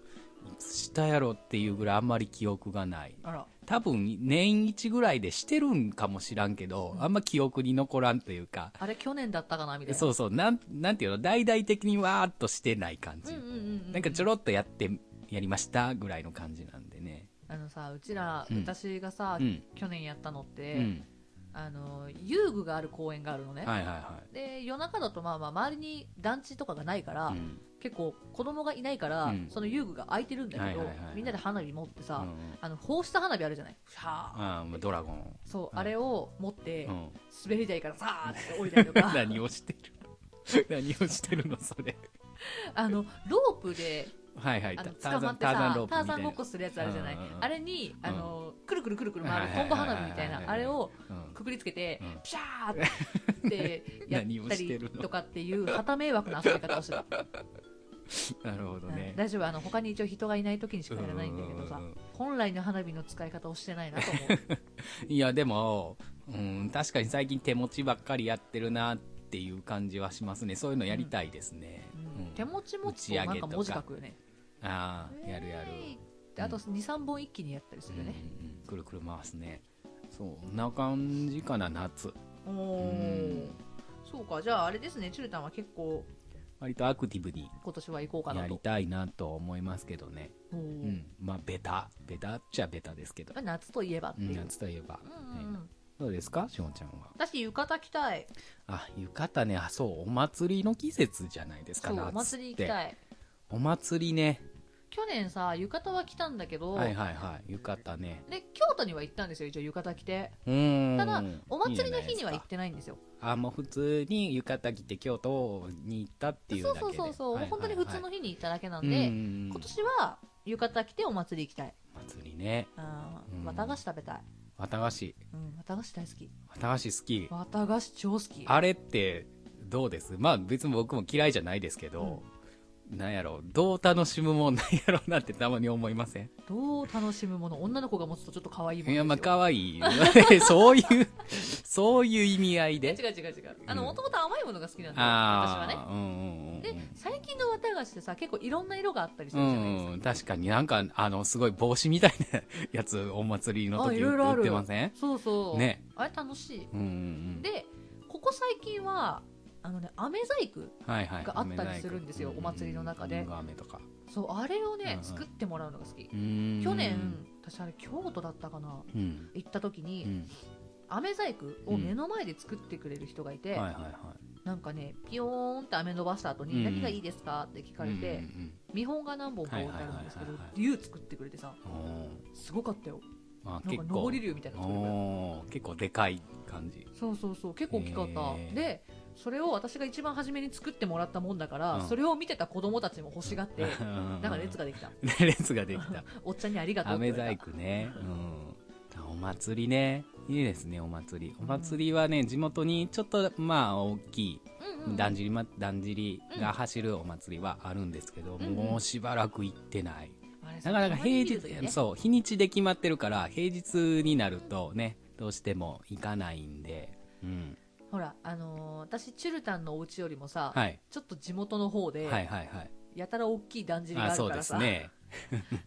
Speaker 2: つしたやろっていうぐらいあんまり記憶がない
Speaker 1: あら
Speaker 2: 多分年一ぐらいでしてるんかもしらんけど、あんま記憶に残らんというか
Speaker 1: あれ去年だったかなみたいな
Speaker 2: そうそうなんなんていうの大々的にわーっとしてない感じ、
Speaker 1: うんうんうんうん
Speaker 2: なんかちょろっとやってやりましたぐらいの感じなんでね
Speaker 1: あのさうちら、
Speaker 2: うん
Speaker 1: 私がさ、
Speaker 2: うん
Speaker 1: 去年やったのって、
Speaker 2: うん
Speaker 1: あの遊具がある公園があるのね、
Speaker 2: はいはいは
Speaker 1: で夜中だとまあまあ周りに団地とかがないから、
Speaker 2: い、うん
Speaker 1: 結構子供がいないから、
Speaker 2: うん
Speaker 1: その遊具が空いてるんだけど、
Speaker 2: はいはいはい
Speaker 1: みんなで花火持ってさ、
Speaker 2: うん
Speaker 1: あの放した花火あるじゃないシャー
Speaker 2: あードラゴン、
Speaker 1: そう、
Speaker 2: うん
Speaker 1: あれを持って、
Speaker 2: うん、
Speaker 1: 滑り台からさーって降りたりとか
Speaker 2: 何をしてる 何をしてるのそれ
Speaker 1: あのロープで
Speaker 2: はいはい
Speaker 1: あの
Speaker 2: ター
Speaker 1: 捕
Speaker 2: ザ
Speaker 1: ま
Speaker 2: ン
Speaker 1: って
Speaker 2: ターザン
Speaker 1: さ
Speaker 2: ロープ
Speaker 1: ターザ
Speaker 2: みたい
Speaker 1: ン
Speaker 2: な
Speaker 1: ごっこするやつあるじゃない、
Speaker 2: うんうんうん
Speaker 1: あれにあの、くるくるくるくる
Speaker 2: はい
Speaker 1: 回
Speaker 2: は
Speaker 1: る
Speaker 2: い
Speaker 1: トンボ花火みたい
Speaker 2: はいはいはい
Speaker 1: な
Speaker 2: は
Speaker 1: あ
Speaker 2: い
Speaker 1: れを
Speaker 2: うん
Speaker 1: くくりつけて、
Speaker 2: うん
Speaker 1: ピシャーってやっ
Speaker 2: 何を
Speaker 1: た
Speaker 2: して
Speaker 1: り
Speaker 2: るの
Speaker 1: とかっていう旗迷惑な遊び方をしてた、
Speaker 2: なるほどね
Speaker 1: 大丈夫あの他に一応人がいない時にしかやらないんだけど
Speaker 2: う
Speaker 1: さ
Speaker 2: んうんうん
Speaker 1: 本来の花火の使い方をしてないなと思 う
Speaker 2: いやでもうん確かに最近手持ちばっかりやってるなっていう感じはしますねそういうのやりたいですね、
Speaker 1: うん
Speaker 2: うん
Speaker 1: 手持ち持つとなんか文字書くよね
Speaker 2: ああやるやる、
Speaker 1: えいってあと23本一気にやったりするよね、
Speaker 2: うんうんうんくるくる回すねそうこんな感じかな夏
Speaker 1: おおー、そうかじゃああれですねチュルタンは結構
Speaker 2: 割とアクティブに
Speaker 1: 今年は行こうかな
Speaker 2: やり
Speaker 1: と
Speaker 2: たいなと思いますけどね、
Speaker 1: おー
Speaker 2: うん、まあベタベタっちゃベタですけど
Speaker 1: まあ夏といえばって
Speaker 2: う
Speaker 1: い
Speaker 2: ん、
Speaker 1: う、
Speaker 2: 夏といえば、
Speaker 1: うんうんう
Speaker 2: ね
Speaker 1: ん、
Speaker 2: どうですかしほんちゃんは
Speaker 1: 私浴衣着たい
Speaker 2: あ浴衣ねあそうお祭りの季節じゃないですか
Speaker 1: そう
Speaker 2: 夏
Speaker 1: お
Speaker 2: って
Speaker 1: 祭り行きたい
Speaker 2: お祭りね
Speaker 1: 去年さ浴衣は着たんだけど、
Speaker 2: はいはいはい浴衣ね
Speaker 1: で京都には行ったんですよ一応浴衣着て
Speaker 2: うーん
Speaker 1: ただお祭りの
Speaker 2: い
Speaker 1: 日
Speaker 2: いじ
Speaker 1: に
Speaker 2: ゃな
Speaker 1: はい行
Speaker 2: です
Speaker 1: っ
Speaker 2: か
Speaker 1: てないんですよ
Speaker 2: あもう普通に浴衣着て京都に行ったっていうだ
Speaker 1: そう
Speaker 2: けで
Speaker 1: そうそうそう、
Speaker 2: はいはいはい
Speaker 1: 本当に普通の日に行っただけなんで、
Speaker 2: うんうんうん
Speaker 1: 今年は浴衣着てお祭り行きたい
Speaker 2: 祭りね
Speaker 1: あ
Speaker 2: うん
Speaker 1: ー綿菓子食べたい、
Speaker 2: 綿菓子
Speaker 1: うん、綿菓子大好き
Speaker 2: 綿菓子好き
Speaker 1: 綿菓子超好き
Speaker 2: あれってどうですまあ別に僕も嫌いじゃないですけど、なんやろどう楽しむもんなんやろなってたまに思いません
Speaker 1: どう楽しむもの女の子が持つとちょっと可愛いものです
Speaker 2: い
Speaker 1: よ
Speaker 2: や、まあ、可愛い。 そういう、そういう意味合いで。
Speaker 1: 違う違う違うあの
Speaker 2: うん
Speaker 1: もともと甘いものが好きなんだよ私はね
Speaker 2: ああ、うんうんうん。
Speaker 1: で最近の綿菓子ってさ結構いろんな色があったりす
Speaker 2: う
Speaker 1: るじゃないですか、
Speaker 2: んうん、確かになんか、あの、すごい帽子みたいなやつ、お祭りの
Speaker 1: あ
Speaker 2: 時
Speaker 1: いろいろあ
Speaker 2: 売
Speaker 1: る
Speaker 2: ってません
Speaker 1: そうそう、
Speaker 2: ね
Speaker 1: あれ楽しい
Speaker 2: うんうんうん。
Speaker 1: でここ最近はあのね飴細工
Speaker 2: はいはい。
Speaker 1: があったりするんですよ
Speaker 2: うう
Speaker 1: お祭りの中で
Speaker 2: うんうん雨とか。
Speaker 1: そうあれを
Speaker 2: うん
Speaker 1: ね
Speaker 2: うん
Speaker 1: 作ってもらうのが好き
Speaker 2: うーん
Speaker 1: 去年私あれ京都だったかな
Speaker 2: うん。
Speaker 1: 行った時
Speaker 2: う
Speaker 1: に
Speaker 2: ん。
Speaker 1: 飴細工を目の前で作ってくれる人がいて、
Speaker 2: はいはいは
Speaker 1: なんかねピヨーンって飴伸ばした後
Speaker 2: うん
Speaker 1: に何がいいですかって聞
Speaker 2: い。
Speaker 1: かれて
Speaker 2: うん
Speaker 1: 見本が何本か置いてあるんですけど
Speaker 2: はいはいはいは
Speaker 1: 竜作ってくれてさ
Speaker 2: うんうん。おー
Speaker 1: すごかったよ
Speaker 2: まあ
Speaker 1: なん
Speaker 2: 結
Speaker 1: か
Speaker 2: 構
Speaker 1: 上り、竜みたいなの作ってくれて
Speaker 2: おー結構でかい感じ。
Speaker 1: そうそうそう結構大きかった、
Speaker 2: へー
Speaker 1: でそれを私が一番初めに作ってもらったもんだから、
Speaker 2: うん
Speaker 1: それを見てた子供たちも欲しがって
Speaker 2: うん
Speaker 1: なんか列ができた
Speaker 2: うん 列ができた。
Speaker 1: おっちゃんにありがとうって
Speaker 2: 飴
Speaker 1: 言わ
Speaker 2: 細
Speaker 1: れた
Speaker 2: 工ね、うん、お祭りねいいですねお祭りお祭りはね地元にちょっとまあ大きい
Speaker 1: うんうんうん
Speaker 2: だんじり,、ま、だんじりが走るお祭りはあるんですけど、
Speaker 1: んうん
Speaker 2: もうしばらく行ってない
Speaker 1: あれさ
Speaker 2: なかなか
Speaker 1: たまに
Speaker 2: 平
Speaker 1: 見る
Speaker 2: 日
Speaker 1: といいね
Speaker 2: そう日にちで決まってるから平日になるとねどうしても行かないんで、うん
Speaker 1: ほらあのー私チュルタンのお家よりもさ、
Speaker 2: はい
Speaker 1: ちょっと地元の方で、
Speaker 2: はいはいはい
Speaker 1: やたら大きいだんじりがあ
Speaker 2: あ
Speaker 1: る
Speaker 2: そう
Speaker 1: か
Speaker 2: で
Speaker 1: ら
Speaker 2: す
Speaker 1: さ
Speaker 2: ね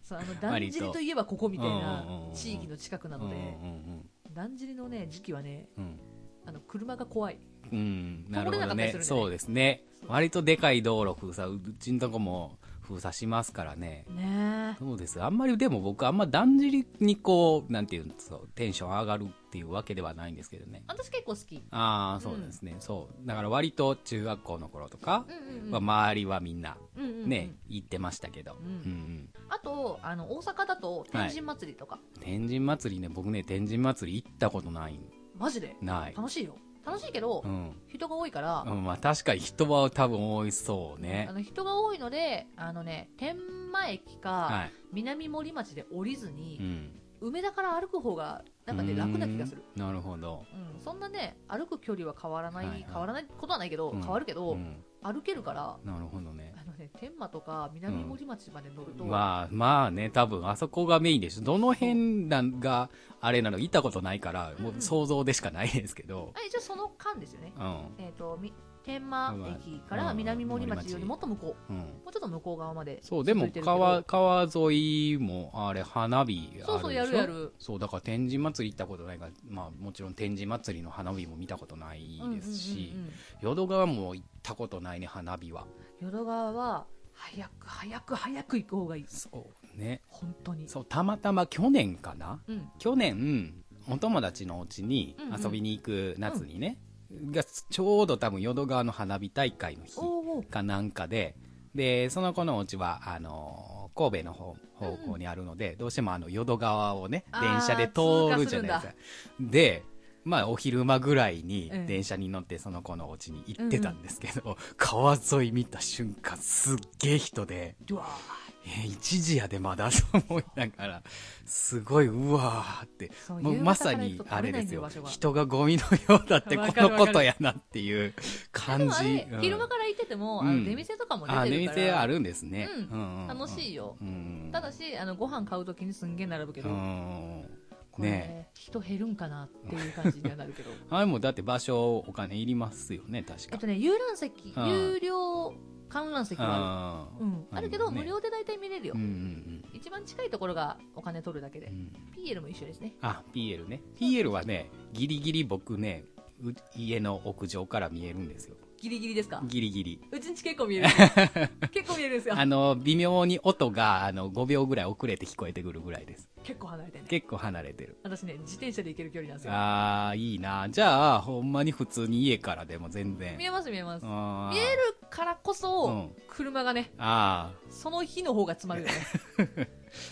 Speaker 1: そうあのだんじりといえばここみたい
Speaker 2: うんうんうんう
Speaker 1: なん地域の近くな
Speaker 2: うん
Speaker 1: の
Speaker 2: うん
Speaker 1: で、
Speaker 2: うん
Speaker 1: だんじりのね時期はね
Speaker 2: うん
Speaker 1: あの車が怖い
Speaker 2: うん、なる
Speaker 1: 通れなか
Speaker 2: ほど
Speaker 1: ったり
Speaker 2: ね
Speaker 1: するんでね
Speaker 2: そうですね。割とでかい道路封鎖、うちんとこも封鎖しますからね。
Speaker 1: ね
Speaker 2: そうです。あんまりでも僕、あんまだんじりにこう、なんていうんですか、テンション上がるっていうわけではないんですけどね。
Speaker 1: 私結構好き
Speaker 2: ああ、そうですね、そう。だから割と中学校の頃とか
Speaker 1: う、んうんうん
Speaker 2: は周りはみんな、
Speaker 1: うんうんうん
Speaker 2: ね、行ってましたけど。
Speaker 1: うん
Speaker 2: うん
Speaker 1: あとあの大阪だと天神祭りとか、
Speaker 2: うん天神祭りね、僕ね、天神祭り行ったことない、
Speaker 1: マジで
Speaker 2: ない。
Speaker 1: 楽しいよ楽しいけど、
Speaker 2: うん。
Speaker 1: 人が多いから、
Speaker 2: うんまあ確かに人は多分多いそうね
Speaker 1: あ。の人が多いのであのね天満駅か、
Speaker 2: は
Speaker 1: 南森町で降りず
Speaker 2: い。う
Speaker 1: に、
Speaker 2: ん。
Speaker 1: 梅田から歩く方がなんかね楽な気がする、
Speaker 2: うーんなるほど、
Speaker 1: うん、そんなね歩く距離は変わらない、
Speaker 2: はいはい
Speaker 1: 変わらないことはないけど、
Speaker 2: うん
Speaker 1: 変わるけど、
Speaker 2: うん
Speaker 1: 歩けるから
Speaker 2: なるほどね
Speaker 1: あのね天満とか南森町まで乗ると、
Speaker 2: まあまあね多分あそこがメインでしょどの辺なんがあれなの行ったことないからもう想像でしかないですけど
Speaker 1: あ一応その間ですよね、
Speaker 2: うん
Speaker 1: えー、とみ天満駅から
Speaker 2: うん
Speaker 1: 南森町よりもっと向こ
Speaker 2: うん
Speaker 1: うもうちょっと向こう側まで
Speaker 2: そうでも
Speaker 1: 続いてるけど
Speaker 2: 川川沿いもあれ花火あるでしょ
Speaker 1: そうそうやるやる
Speaker 2: そうだから天神祭り行ったことないから、まあ、もちろん天神祭りの花火も見たことないですし、
Speaker 1: うんうんうんうん
Speaker 2: 淀川も行ったことないね花火は
Speaker 1: 淀川は早く早く早く行く方がいい
Speaker 2: そうね
Speaker 1: 本当に
Speaker 2: そうたまたま去年かな
Speaker 1: うん
Speaker 2: 去年お友達のお家に
Speaker 1: うんうん
Speaker 2: 遊びに行く夏にね、がちょうど多分淀川の花火大会の日
Speaker 1: おお
Speaker 2: かなんかででその子のお家はあの神戸の方方向にあるので、どうしてもあの淀川をね
Speaker 1: あー
Speaker 2: 電車で通るじゃないです
Speaker 1: 通過
Speaker 2: かでまあお昼間ぐらいに
Speaker 1: うん
Speaker 2: 電車に乗ってその子のお家に行ってたんですけど、川沿い見た瞬間すっげえ人で。
Speaker 1: ドワー
Speaker 2: えー一時やでまだと思いながら、すごい、うわーって、
Speaker 1: そう
Speaker 2: もう
Speaker 1: 夕方
Speaker 2: まさに
Speaker 1: から行くと食
Speaker 2: あれ
Speaker 1: べない
Speaker 2: ですよ
Speaker 1: 場所、が
Speaker 2: 人がゴミのようだって こ
Speaker 1: わかる
Speaker 2: のことやなっていう
Speaker 1: で
Speaker 2: 感
Speaker 1: もあ
Speaker 2: じ
Speaker 1: れ、。
Speaker 2: うん
Speaker 1: 昼間から行ってても、
Speaker 2: うん
Speaker 1: あの出店とかも出
Speaker 2: あ、
Speaker 1: て
Speaker 2: 出
Speaker 1: るから
Speaker 2: 店あるんですね。
Speaker 1: うん
Speaker 2: うん
Speaker 1: 楽しいよ、
Speaker 2: うん
Speaker 1: ただしあのご飯買うときにすんげえ並ぶけ
Speaker 2: う
Speaker 1: ど、
Speaker 2: ん。
Speaker 1: これね
Speaker 2: ね
Speaker 1: 人減るんかなっていう感じにはなる けど
Speaker 2: あれもだって場所、お金いりますよね、確
Speaker 1: えっ
Speaker 2: か
Speaker 1: と。ね遊覧席
Speaker 2: うん
Speaker 1: 有料観覧席はあ
Speaker 2: あ
Speaker 1: る、うん、
Speaker 2: ー
Speaker 1: あるけど、
Speaker 2: ね
Speaker 1: 無料で大体見れるよ、
Speaker 2: うんうん
Speaker 1: 一番近いところがお金取るだけで、
Speaker 2: うんうん。
Speaker 1: PL も一緒ですね
Speaker 2: あ、PL ね。PL はね、ギリギリ僕ね、う家の屋上から見えるんですよ。
Speaker 1: ギリギリですか
Speaker 2: ギリギリ。
Speaker 1: うちんち結構 見える結構見えるんですよ
Speaker 2: あの、微妙に音が、あの、5秒ぐらい遅れて聞こえてくるぐらいです。
Speaker 1: 結構離れてね
Speaker 2: 結構離れてる。
Speaker 1: 私ね自転車で行ける距離なんですよ
Speaker 2: あー、いいな。じゃあ、ほんまに普通に家からでも全然
Speaker 1: 見。えます見えます
Speaker 2: あー
Speaker 1: 見えるからこそ、
Speaker 2: うん
Speaker 1: 車がね
Speaker 2: あ
Speaker 1: その日の方が詰まるよね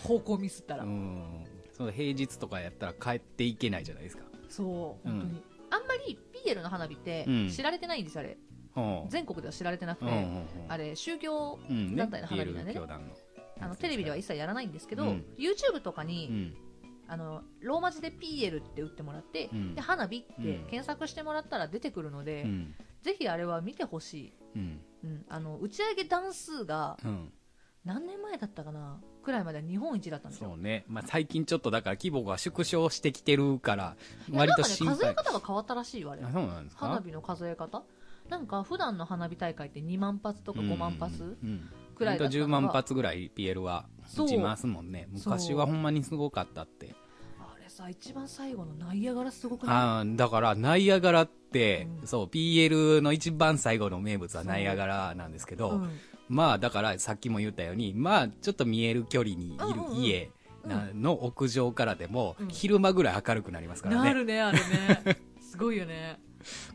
Speaker 1: 方向ミスった
Speaker 2: ー、
Speaker 1: ら、
Speaker 2: うん。その平日とかやったら帰っていけないじゃないですか。
Speaker 1: そう
Speaker 2: うん
Speaker 1: 本当に、あんまり PL の花火って
Speaker 2: うん
Speaker 1: 知られてないんですよあれ
Speaker 2: うん。
Speaker 1: 全国では知られてなく
Speaker 2: うん
Speaker 1: て、
Speaker 2: うんうん
Speaker 1: あれ宗教
Speaker 2: うんね
Speaker 1: 団体の花火だね
Speaker 2: PL 教団の。
Speaker 1: あのテレビでは一切やらないんですけど、
Speaker 2: うん
Speaker 1: YouTube とか
Speaker 2: う
Speaker 1: に、
Speaker 2: ん。
Speaker 1: あのローマ字で PL って打ってもらって、
Speaker 2: うん
Speaker 1: で花火って
Speaker 2: うん
Speaker 1: 検索してもらったら出てくるので、
Speaker 2: うん。
Speaker 1: ぜひあれは見てほしい、
Speaker 2: うん。
Speaker 1: うん、あの打ち上げ段数が
Speaker 2: うん。
Speaker 1: 何年前だったかなくらいまでは日本一だったんですよ
Speaker 2: そうね。まあ、最近ちょっとだから規模が縮小してきてるから、
Speaker 1: いや
Speaker 2: 割と
Speaker 1: なんか
Speaker 2: 心
Speaker 1: ね、数え
Speaker 2: 配。
Speaker 1: 方が変わったらしいよあれ
Speaker 2: あそうなんですか
Speaker 1: 花火の数え方なんか普段の花火大会って2万発とか5万発、
Speaker 2: うんうんうん
Speaker 1: くらいだったの
Speaker 2: 10
Speaker 1: が
Speaker 2: 万発ぐらい PL は
Speaker 1: そう
Speaker 2: 打ちますもんね
Speaker 1: そう
Speaker 2: 昔はほんまにすごかったって
Speaker 1: あれさ一番最後のナイアガラすごくない
Speaker 2: あーだからナイアガラって、
Speaker 1: うん
Speaker 2: そう PL の一番最後の名物はナイアガラなんですけど、
Speaker 1: うん
Speaker 2: まあだからさっきも言ったようにまあちょっと見える距離にいる
Speaker 1: うんうんうん
Speaker 2: 家なの屋上からでも、
Speaker 1: うん
Speaker 2: 昼間ぐらい明るくなりますから
Speaker 1: な
Speaker 2: ね、
Speaker 1: るねあれね すごいよね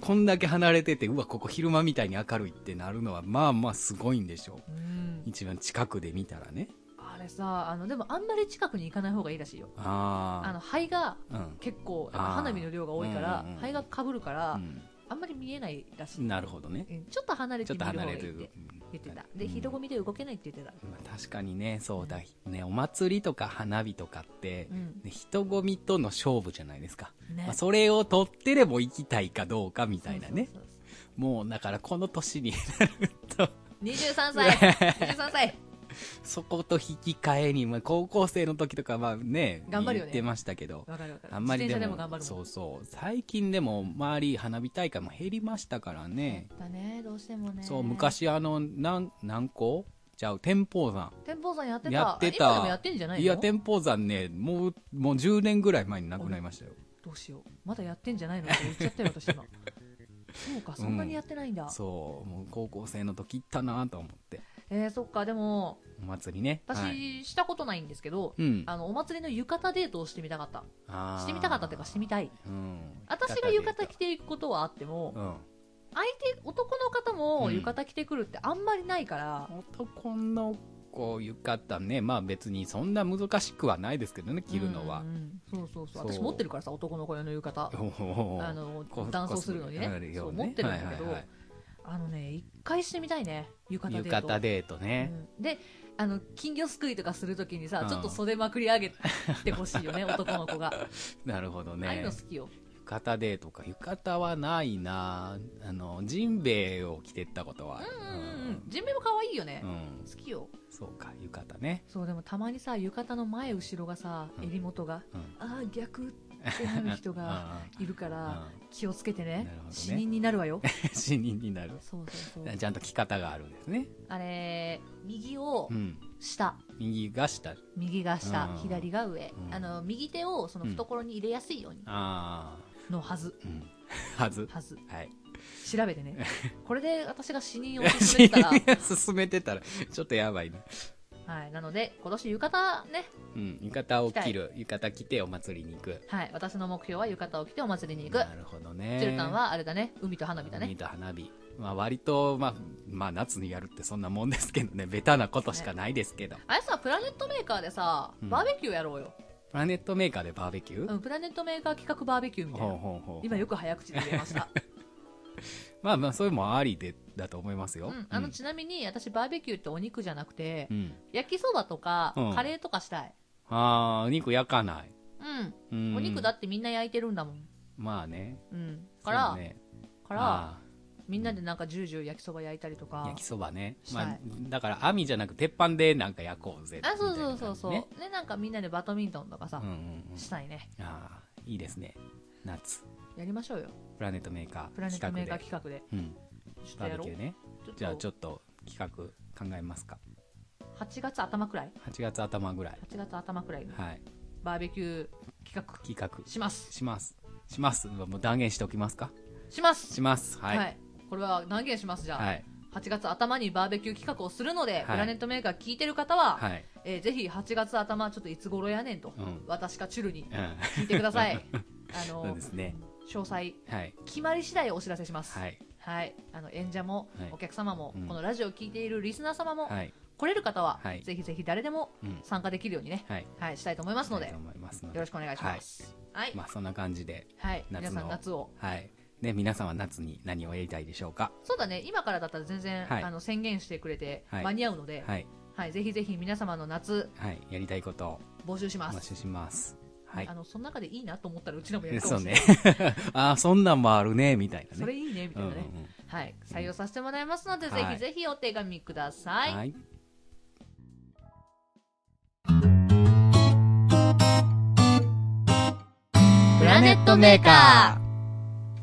Speaker 2: こんだけ離れててうわここ昼間みたいに明るいってなるのはまあまあすごいんでしょう
Speaker 1: うん
Speaker 2: 一番近くで見たらね
Speaker 1: あれさあのでもあんまり近くに行かない方がいいらしいよあ
Speaker 2: あ
Speaker 1: の灰が
Speaker 2: あうん
Speaker 1: 結構
Speaker 2: あー
Speaker 1: 花火の量が多いから、
Speaker 2: うんうんうん
Speaker 1: 灰がかぶるから、
Speaker 2: うん
Speaker 1: あんまり見えないらしい、
Speaker 2: なるほどね
Speaker 1: うんちょっと離れ
Speaker 2: ち
Speaker 1: て
Speaker 2: ょっ
Speaker 1: 見る
Speaker 2: と
Speaker 1: 方がい
Speaker 2: 離
Speaker 1: い
Speaker 2: れ
Speaker 1: って
Speaker 2: る
Speaker 1: て言ってた、
Speaker 2: う
Speaker 1: で
Speaker 2: ん
Speaker 1: 人混みで動けないって言ってた、
Speaker 2: まあ確かにねそうだねお祭りとか花火とかって、
Speaker 1: うん
Speaker 2: ね人混みとの勝負じゃないですか、
Speaker 1: ね
Speaker 2: まあ、それを取ってでも行きたいかどうかみたいなね
Speaker 1: そうそうそう
Speaker 2: もうだからこの年に なると
Speaker 1: 23歳23歳
Speaker 2: そこと引き換えに、まあ、高校生の時とかはね
Speaker 1: 頑張るよ
Speaker 2: 言
Speaker 1: ね
Speaker 2: ってましたけど
Speaker 1: わかるわかる
Speaker 2: あんまり
Speaker 1: 自転
Speaker 2: で
Speaker 1: 車
Speaker 2: も
Speaker 1: でも頑張るもん
Speaker 2: そうそう最近でも周り花火大会も減りましたからね
Speaker 1: だねどうしてもね
Speaker 2: そう昔あのなん何校じゃあ天保山
Speaker 1: 天保山やってた
Speaker 2: やってた
Speaker 1: 今でもやってんじゃないの
Speaker 2: いや天保山ねもうもう10年ぐらい前になくなりましたよ
Speaker 1: どうしようまだやってんじゃないのって言っちゃったよ私 今そうかそんなにやってないんだ、
Speaker 2: そうもう高校生の時行ったなと思って
Speaker 1: えー、そっかでも
Speaker 2: お祭りね
Speaker 1: 私、
Speaker 2: はい
Speaker 1: したことないんですけど、
Speaker 2: うん
Speaker 1: あのお祭りの浴衣デートをしてみたかった
Speaker 2: あー
Speaker 1: してみたかったっていうかしてみたい
Speaker 2: うん
Speaker 1: 私が浴衣着ていくことはあっても、
Speaker 2: うん
Speaker 1: 相手男の方も浴衣着てくるってあんまりないから、
Speaker 2: 男の子浴衣ねまあ別にそんな難しくはないですけどね着るのは
Speaker 1: うんうんそうそうそう
Speaker 2: そう
Speaker 1: 私持ってるからさ男の子用の浴衣
Speaker 2: おお
Speaker 1: あの男装するのにねそう持ってるんだけど、あのね一回してみたいね浴衣デー
Speaker 2: 浴
Speaker 1: ト
Speaker 2: 衣デートね
Speaker 1: うんであの金魚すくいとかするときにさ、
Speaker 2: うん
Speaker 1: ちょっと袖まくり上げてほしいよ ね男の子が、
Speaker 2: なるほど
Speaker 1: ああいう
Speaker 2: ね
Speaker 1: の。好きよ
Speaker 2: 浴衣でとか、浴衣はないなあの、ジンベエを着てったことはある。
Speaker 1: うんうんうん人名も可愛いよね、
Speaker 2: うん。
Speaker 1: 好きよ
Speaker 2: そうか、浴衣ね。
Speaker 1: そうでもたまにさ浴衣の前後ろがさ
Speaker 2: うん
Speaker 1: 襟元が、
Speaker 2: うん
Speaker 1: ああ逆ってなる人がいるから
Speaker 2: う
Speaker 1: 気をつけてね
Speaker 2: なるほどね
Speaker 1: 死人になるわよ
Speaker 2: ん死人になる。
Speaker 1: そうそうそう
Speaker 2: ちゃんと着方があるんですね。
Speaker 1: あれ右を
Speaker 2: うん。
Speaker 1: 下
Speaker 2: 右が下。
Speaker 1: 右が下
Speaker 2: うん
Speaker 1: 左が上、
Speaker 2: うん
Speaker 1: あの右手をその懐に入れやすいように
Speaker 2: あ
Speaker 1: のはず
Speaker 2: あ。うん。はず。
Speaker 1: はず
Speaker 2: はい。
Speaker 1: 調べてねこれで私が死人を進めて たら、
Speaker 2: 進めてたら、ちょっとやばいね。
Speaker 1: はい、なので今年浴衣ね
Speaker 2: うん。浴衣を着る。浴衣着てお祭りに行く。
Speaker 1: はい私の目標は浴衣を着てお祭りに行く
Speaker 2: なるほどね。
Speaker 1: チュルタンはあれだね海と花火だね
Speaker 2: 海と花火。まあ割と、まあ、まあ夏にやるってそんなもんですけどね、ベ タなことしかないですけど。
Speaker 1: あれさプラネットメーカーでさ
Speaker 2: うん
Speaker 1: バーベキューやろうよ、
Speaker 2: プラネットメーカーでバーベキュー、
Speaker 1: うん、プラネットメーカー企画バーベキューみたい
Speaker 2: ほう
Speaker 1: な
Speaker 2: ほうほう。
Speaker 1: 今よく早口で言え ました、
Speaker 2: まあまあ、そういうのもありで、だと思いますよ。
Speaker 1: うん、あのちなみに私バーベキューってお肉じゃなくて、
Speaker 2: うん。
Speaker 1: 焼きそばとか、
Speaker 2: うん
Speaker 1: カレーとかしたい
Speaker 2: ああ、お肉焼かない。
Speaker 1: うん
Speaker 2: うん
Speaker 1: お肉だってみんな焼いてるんだもん。
Speaker 2: まあね。
Speaker 1: うん。から、
Speaker 2: そうね、
Speaker 1: から、
Speaker 2: あ
Speaker 1: みんなでなんかジュージュー焼きそば焼いたりと
Speaker 2: あ
Speaker 1: か
Speaker 2: 焼き。そばね。
Speaker 1: した
Speaker 2: ま
Speaker 1: い
Speaker 2: あ、だから網じゃなく鉄板でなんか焼こうぜ。
Speaker 1: あ、そう
Speaker 2: みたい
Speaker 1: そう
Speaker 2: な
Speaker 1: そ
Speaker 2: 感
Speaker 1: う
Speaker 2: じ
Speaker 1: そう。
Speaker 2: ね
Speaker 1: ね、なんかみんなでバドミントンとかさ
Speaker 2: うん、うんうん。
Speaker 1: したいね。
Speaker 2: ああ、いいですね。夏。
Speaker 1: やりましょうよ。
Speaker 2: プラネットメーカー。
Speaker 1: プラネットメーカー
Speaker 2: 企
Speaker 1: 企画で。
Speaker 2: 画で。うん。
Speaker 1: ちょっと
Speaker 2: バ
Speaker 1: や
Speaker 2: ーベ
Speaker 1: ろ
Speaker 2: キューね。
Speaker 1: う。
Speaker 2: じゃあち
Speaker 1: ょっ
Speaker 2: ょっと企画考えますか。
Speaker 1: と、8月頭くらい
Speaker 2: 8月頭ぐらい。
Speaker 1: ?8 月頭くらいに
Speaker 2: はい。
Speaker 1: バーベキュー企画
Speaker 2: 企画
Speaker 1: します。
Speaker 2: します。します。もう断言しておきますか
Speaker 1: します
Speaker 2: します。
Speaker 1: は、
Speaker 2: はいい。
Speaker 1: これは断言します、じゃあ。
Speaker 2: はい。
Speaker 1: 8月頭にバーベキュー企画をするので、
Speaker 2: い
Speaker 1: プラネットメーカー聞いてる方は、
Speaker 2: はい。
Speaker 1: えーぜひ8月頭、ちょっといつ頃やねんと、
Speaker 2: うん
Speaker 1: 私かチュルに
Speaker 2: うん。
Speaker 1: 聞いてくだ さい。あ
Speaker 2: そう
Speaker 1: の
Speaker 2: で、すね。
Speaker 1: 詳細、
Speaker 2: はい。
Speaker 1: 決まり次第お知らせします。
Speaker 2: はい。
Speaker 1: はい、あの演者も、
Speaker 2: はい
Speaker 1: お客様も、
Speaker 2: うん
Speaker 1: このラジオを聞いているリスナー様も、
Speaker 2: はい。
Speaker 1: 来れる方は、
Speaker 2: はい
Speaker 1: ぜひぜひ誰でも
Speaker 2: うん。
Speaker 1: 参加できるようにね、
Speaker 2: はい。
Speaker 1: はい、したいと思いますので、
Speaker 2: と
Speaker 1: よ
Speaker 2: 思いますので。
Speaker 1: ろしくお願いします。はい、はい
Speaker 2: まあそんな感じで。
Speaker 1: 皆
Speaker 2: 夏の
Speaker 1: さん夏を、
Speaker 2: はい。ね、皆さんは夏に何をやりたいでしょうか
Speaker 1: そうだね、今からだったら全然、
Speaker 2: はい
Speaker 1: あの宣言してくれて、
Speaker 2: はい
Speaker 1: 間に合うので、はい
Speaker 2: はい。
Speaker 1: ぜひぜひ皆様の夏
Speaker 2: はい。やりたいことを
Speaker 1: 募集し
Speaker 2: お
Speaker 1: ま
Speaker 2: 待
Speaker 1: す。
Speaker 2: ちします。はい
Speaker 1: あ。のその中でいいなと思ったらうちらもやるか
Speaker 2: そ
Speaker 1: も
Speaker 2: う
Speaker 1: しれ
Speaker 2: ね
Speaker 1: ない。。
Speaker 2: ああ、そんなんもあるね、みたいな ね。
Speaker 1: それいいねみたいなね、
Speaker 2: うんうんうん
Speaker 1: はい、採用させてもらいますので、
Speaker 2: はい
Speaker 1: ぜひぜひお手紙ください。
Speaker 2: はい。
Speaker 4: プラネットメーカ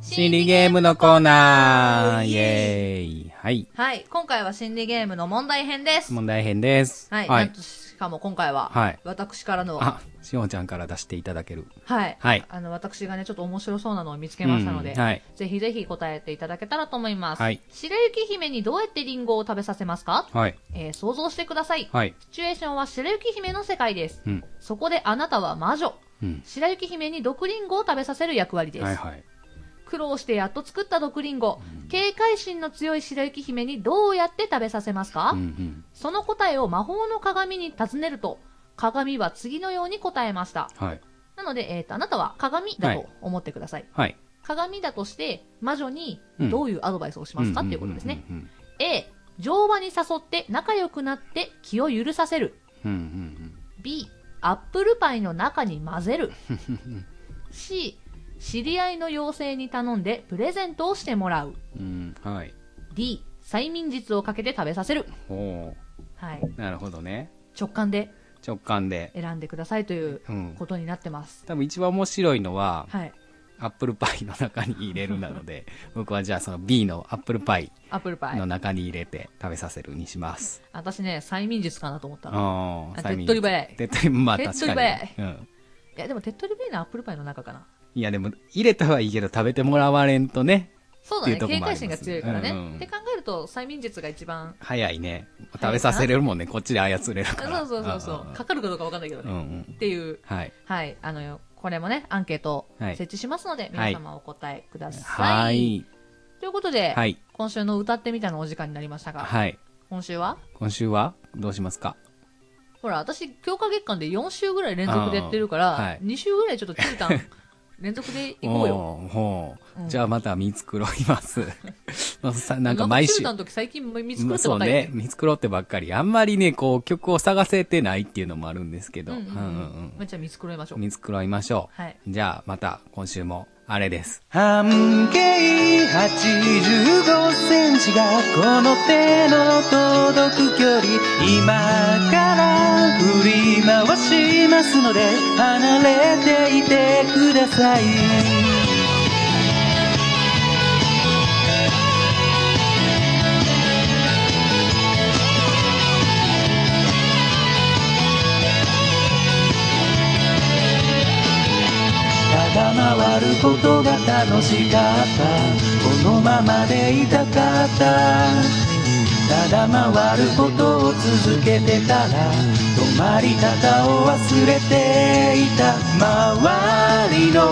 Speaker 2: 心理ゲームのコーナーイエーイはい。
Speaker 1: はい、今回は心理ゲームの問題編です。
Speaker 2: 問題編です。
Speaker 1: はい、
Speaker 2: は
Speaker 1: なん
Speaker 2: い。
Speaker 1: としかも今回は、
Speaker 2: はい
Speaker 1: 私からの、
Speaker 2: あ、しおんちゃんから出していただける。
Speaker 1: はい、
Speaker 2: はい
Speaker 1: あの私がね、ちょっと面白そうなのを見つけましたので、
Speaker 2: うんはい
Speaker 1: ぜひぜひ答えていただけたらと思います。
Speaker 2: はい
Speaker 1: 白雪姫にどうやってリンゴを食べさせますか、
Speaker 2: はい。
Speaker 1: えー想像してください。
Speaker 2: はい。
Speaker 1: シチュエーションは白雪姫の世界です。
Speaker 2: うん。
Speaker 1: そこであなたは魔女。
Speaker 2: うん。
Speaker 1: 白雪姫に毒リンゴを食べさせる役割です。
Speaker 2: はいはい。
Speaker 1: 苦労してやっと作った毒リンゴ。警戒心の強い白雪姫にどうやって食べさせますか、
Speaker 2: うんうん。
Speaker 1: その答えを魔法の鏡に尋ねると、鏡は次のように答えました。
Speaker 2: はい。
Speaker 1: なので、えっ、と、あなたは鏡だ
Speaker 2: は
Speaker 1: と
Speaker 2: い
Speaker 1: 思ってください。
Speaker 2: はい。
Speaker 1: 鏡だとして、魔女に
Speaker 2: うん
Speaker 1: どういうアドバイスをしますか、っていうことですね。
Speaker 2: うん
Speaker 1: A、乗馬に誘って仲良くなって気を許させる。
Speaker 2: うんうん。うん
Speaker 1: B、アップルパイの中に混ぜる。C、知り合いの妖精に頼んでプレゼントをしてもらう。
Speaker 2: うんうん。うん。はい。
Speaker 1: D、催眠術をかけて食べさせる。
Speaker 2: お
Speaker 1: はい。
Speaker 2: ーなるほどね。
Speaker 1: 直感で
Speaker 2: 直感で。
Speaker 1: 選んでくださいという
Speaker 2: うん。
Speaker 1: ことになってます。
Speaker 2: 多分一番面白いのは、
Speaker 1: はい。
Speaker 2: アップルパイの中に入れるなので、 僕はじゃあその B のアップルパイ
Speaker 1: アップルパイ
Speaker 2: の。中に入れて食べさせるにします。
Speaker 1: 私ね、催眠術かなと思ったの。い
Speaker 2: あ
Speaker 1: あ手っ取り早い
Speaker 2: 手っ取り、まあ
Speaker 1: 手っ
Speaker 2: 確か
Speaker 1: 取
Speaker 2: に。
Speaker 1: り早い
Speaker 2: うん。
Speaker 1: や、でも手っ取り早いのはアップルパイの中かな。
Speaker 2: いやでも、入れたはいいけど食べてもらわれんとね、
Speaker 1: そうだね。
Speaker 2: っていうとこ
Speaker 1: 警
Speaker 2: もあり
Speaker 1: 戒
Speaker 2: ます
Speaker 1: 心が強いからね。
Speaker 2: うんうん
Speaker 1: って考えると、催眠術が一番、
Speaker 2: 早いね。
Speaker 1: 早
Speaker 2: 食
Speaker 1: い
Speaker 2: べ
Speaker 1: かな
Speaker 2: させれるもんね、こっちで操れるから。
Speaker 1: そうそうそうそう。かかるかどうかわかんないけど
Speaker 2: うんう
Speaker 1: ね。
Speaker 2: ん。
Speaker 1: っていう、
Speaker 2: はい。
Speaker 1: はい。あの、これもね、アンケートを
Speaker 2: はい
Speaker 1: 設置しますので、皆様お答えくだ
Speaker 2: は
Speaker 1: さい。
Speaker 2: い。
Speaker 1: ということで、
Speaker 2: はい
Speaker 1: 今週の歌ってみたのお時間になりましたが、
Speaker 2: はい。
Speaker 1: 今週は
Speaker 2: 今週はどうしますか
Speaker 1: ほら、私、強化月間で4週ぐらい連続でやってるから、
Speaker 2: あーはい
Speaker 1: 2週ぐらいちょっと中間連続で行こうよ。
Speaker 2: おーほう
Speaker 1: うん
Speaker 2: じゃあまた見繕います。まあさなんか毎週
Speaker 1: シュー。タの時最近見つ
Speaker 2: ま
Speaker 1: く
Speaker 2: あ
Speaker 1: って
Speaker 2: そ
Speaker 1: ば
Speaker 2: う
Speaker 1: かり
Speaker 2: ね。見繕ってばっかり。あんまりね、こう、曲を探せてないっていうのもあるんですけど。
Speaker 1: う
Speaker 2: うんん
Speaker 1: う
Speaker 2: うんん
Speaker 1: うん
Speaker 2: うん。
Speaker 1: じゃあ見繕いましょう
Speaker 2: 見繕いましょう。
Speaker 1: はい
Speaker 2: じゃあ、また、今週も、あれです。半径85センチが、この手の届く距離。今から振り回しますので、離れていてください。ただ回ることが楽しかったこのままでいたかったただ回ることを続けてたら止まり方を忘れていた周りの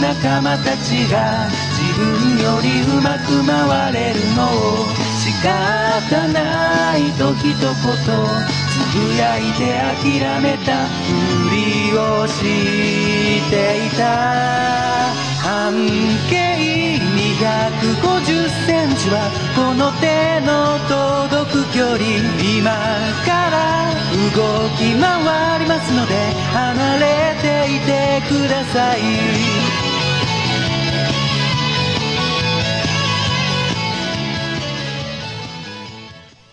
Speaker 2: 仲間たちが自分よりうまく回れるのを仕方ないと一言つぶやいて諦めたふりをしていた半径250センチはこの手の届く距離今から動き回りますので離れていてください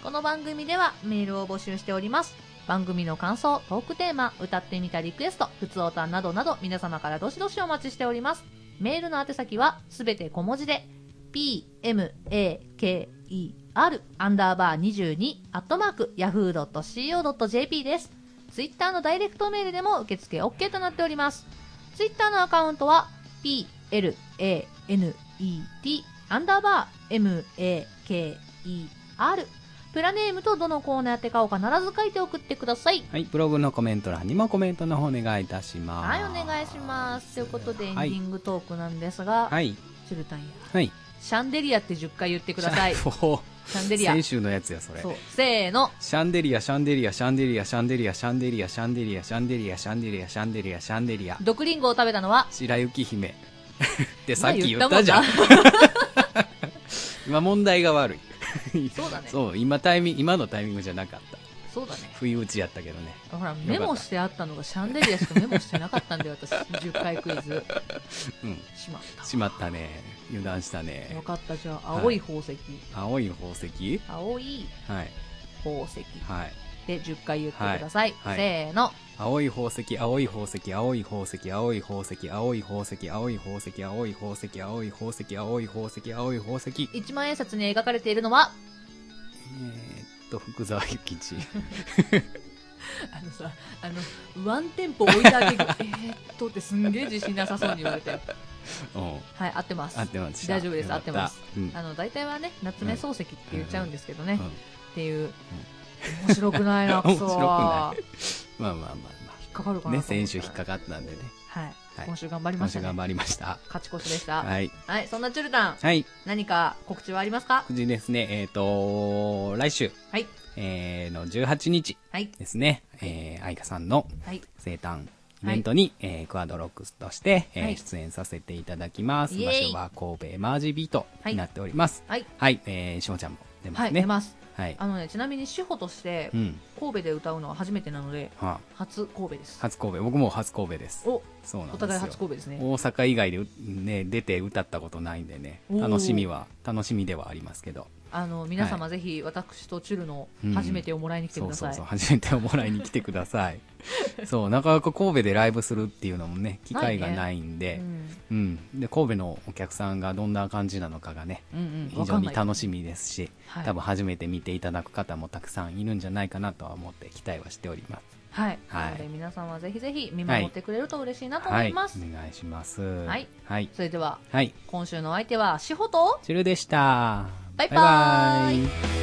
Speaker 1: この番組ではメールを募集しております。番組の感想、トークテーマ、歌ってみたリクエスト、ふつおたなどなど皆様からどしどしお待ちしております。メールの宛先はすべて小文字で、p, m, a, k, e, r, アンダーバー22、アットマーク、yahoo.co.jp です。ツイッターのダイレクトメールでも受付 OK となっております。ツイッターのアカウントは、p, l, a, n, e, t, アンダーバー、m, a, k, e, r、プラネームとどのコーナーやってかを必ず書いて送ってください。
Speaker 2: はい、ブログのコメント欄にもコメントの方お願いいたします。
Speaker 1: はい、お願いします。ということで、エンデ
Speaker 2: はい
Speaker 1: ィングトークなんですが、
Speaker 2: はい、
Speaker 1: チュルタンや、
Speaker 2: はい。
Speaker 1: シャンデリアって10回言ってくだ さい。シ
Speaker 2: おー
Speaker 1: ャンデリア。
Speaker 2: 先週のやつや、それ
Speaker 1: そ。う。せーの。
Speaker 2: シャンデリア、シャンデリア、シャンデリア、シャンデリア、シャンデリア、シャンデリア、シャンデリア、シャンデリア、シャンデリア、シャンデリア、
Speaker 1: 毒リンゴを食べたのは、
Speaker 2: 白雪姫。ってさ
Speaker 1: まあ
Speaker 2: っき言ったじゃん
Speaker 1: 言。
Speaker 2: 今問題が悪い。
Speaker 1: そうだね
Speaker 2: そう、今タイミング、今のタイミングじゃなかった。
Speaker 1: そうだね。
Speaker 2: 不意打ちやったけどね。
Speaker 1: ほら、メモしてあったのがシャンデリアしかメモしてなかったんで、私、10回クイズ。
Speaker 2: うん。
Speaker 1: しまっ た。
Speaker 2: しまったね。油断した
Speaker 1: よ
Speaker 2: ね。
Speaker 1: かった、じゃあ、青い宝石。
Speaker 2: 青い宝石
Speaker 1: 青い
Speaker 2: はい。
Speaker 1: 宝石。
Speaker 2: はい。
Speaker 1: で、10回言ってください。
Speaker 2: はいはい
Speaker 1: せーの。
Speaker 2: 青い宝石、青い宝石、青い宝石、青い宝石、青い宝石、青い宝石、青い宝石、青い宝石、青い宝石、青い宝石。えーっ
Speaker 1: 1万円札に描かれているのは、
Speaker 2: と、福沢諭 吉。
Speaker 1: あのさ、あの、ワンテンポ置いてあ げる。えーっとってすんげえ自信なさそうに言われて。は
Speaker 2: うん。
Speaker 1: い、合ってます。
Speaker 2: 合ってます。
Speaker 1: 大丈夫です、合
Speaker 2: よか
Speaker 1: ってます。。
Speaker 2: うん。
Speaker 1: あの、大体はね、夏目漱石って言っちゃうんですけどね。
Speaker 2: うん
Speaker 1: っていう。面白くないな、ク
Speaker 2: 面
Speaker 1: ソ
Speaker 2: 白く
Speaker 1: は
Speaker 2: な。い。まあまあまあ
Speaker 1: 引っかかるか
Speaker 2: まあ。
Speaker 1: な。
Speaker 2: ね、先週引っかかったんでね。
Speaker 1: はい。
Speaker 2: はい
Speaker 1: 今週頑張りま
Speaker 2: 今
Speaker 1: した
Speaker 2: 週頑
Speaker 1: ね。
Speaker 2: 張りました。
Speaker 1: 勝ち越しでした。はい、
Speaker 2: はい。
Speaker 1: そんなチュルタン、
Speaker 2: はい。
Speaker 1: 何か告知はありますか
Speaker 2: 無事ですね、えっと、来週、
Speaker 1: はい。
Speaker 2: えーの18日
Speaker 1: はい。
Speaker 2: ですね、えー、愛花さんの
Speaker 1: はい。
Speaker 2: 生誕イベントに、えークアドロックスとして、えー
Speaker 1: はい
Speaker 2: 出演させていただきます。
Speaker 1: イエ
Speaker 2: 場
Speaker 1: ーイ
Speaker 2: 所は神戸マージビートになっております。
Speaker 1: はい。
Speaker 2: はい、えー、しもちゃんも出ま
Speaker 1: はい、
Speaker 2: すね。
Speaker 1: 出ます。
Speaker 2: はい。
Speaker 1: あのね、ちなみに、志保として
Speaker 2: う、ん。
Speaker 1: 神戸で歌うのは初めてなので、
Speaker 2: はあ、
Speaker 1: 初神戸です。
Speaker 2: 初神戸。僕も初神戸です。
Speaker 1: お、
Speaker 2: そうなんですよ。
Speaker 1: お互い初神戸ですね。
Speaker 2: 大阪以外でう、ね、出て歌ったことないんでね、
Speaker 1: おー
Speaker 2: 楽しみは、楽しみではありますけど。
Speaker 1: あの皆様ぜひ私とチュルの初めてをもらいに来てく
Speaker 2: そう
Speaker 1: だ
Speaker 2: そ
Speaker 1: さ
Speaker 2: う
Speaker 1: い
Speaker 2: そう、。初めてをもらいに来てくだ さい。そう、なかなか神戸でライブするっていうのもね、機会がないんで、
Speaker 1: うん
Speaker 2: うん、で神戸のお客さんがどんな感じなのかがね、
Speaker 1: うんうん、
Speaker 2: 非
Speaker 1: わ
Speaker 2: 常
Speaker 1: かん
Speaker 2: に
Speaker 1: ない。
Speaker 2: 楽しみですし、
Speaker 1: はい
Speaker 2: 多分初めて見ていただく方もたくさんいるんじゃないかなとは思って期待はしております。
Speaker 1: はい。
Speaker 2: はい
Speaker 1: なので皆様ぜひぜひ見守ってくれると嬉しいなと思
Speaker 2: はいい、お
Speaker 1: ます。
Speaker 2: 願いします。
Speaker 1: はい、
Speaker 2: はい、
Speaker 1: それでは
Speaker 2: はい、
Speaker 1: 今週のお相手は志保と
Speaker 2: チュルでした。
Speaker 1: バイバーイ
Speaker 2: バイ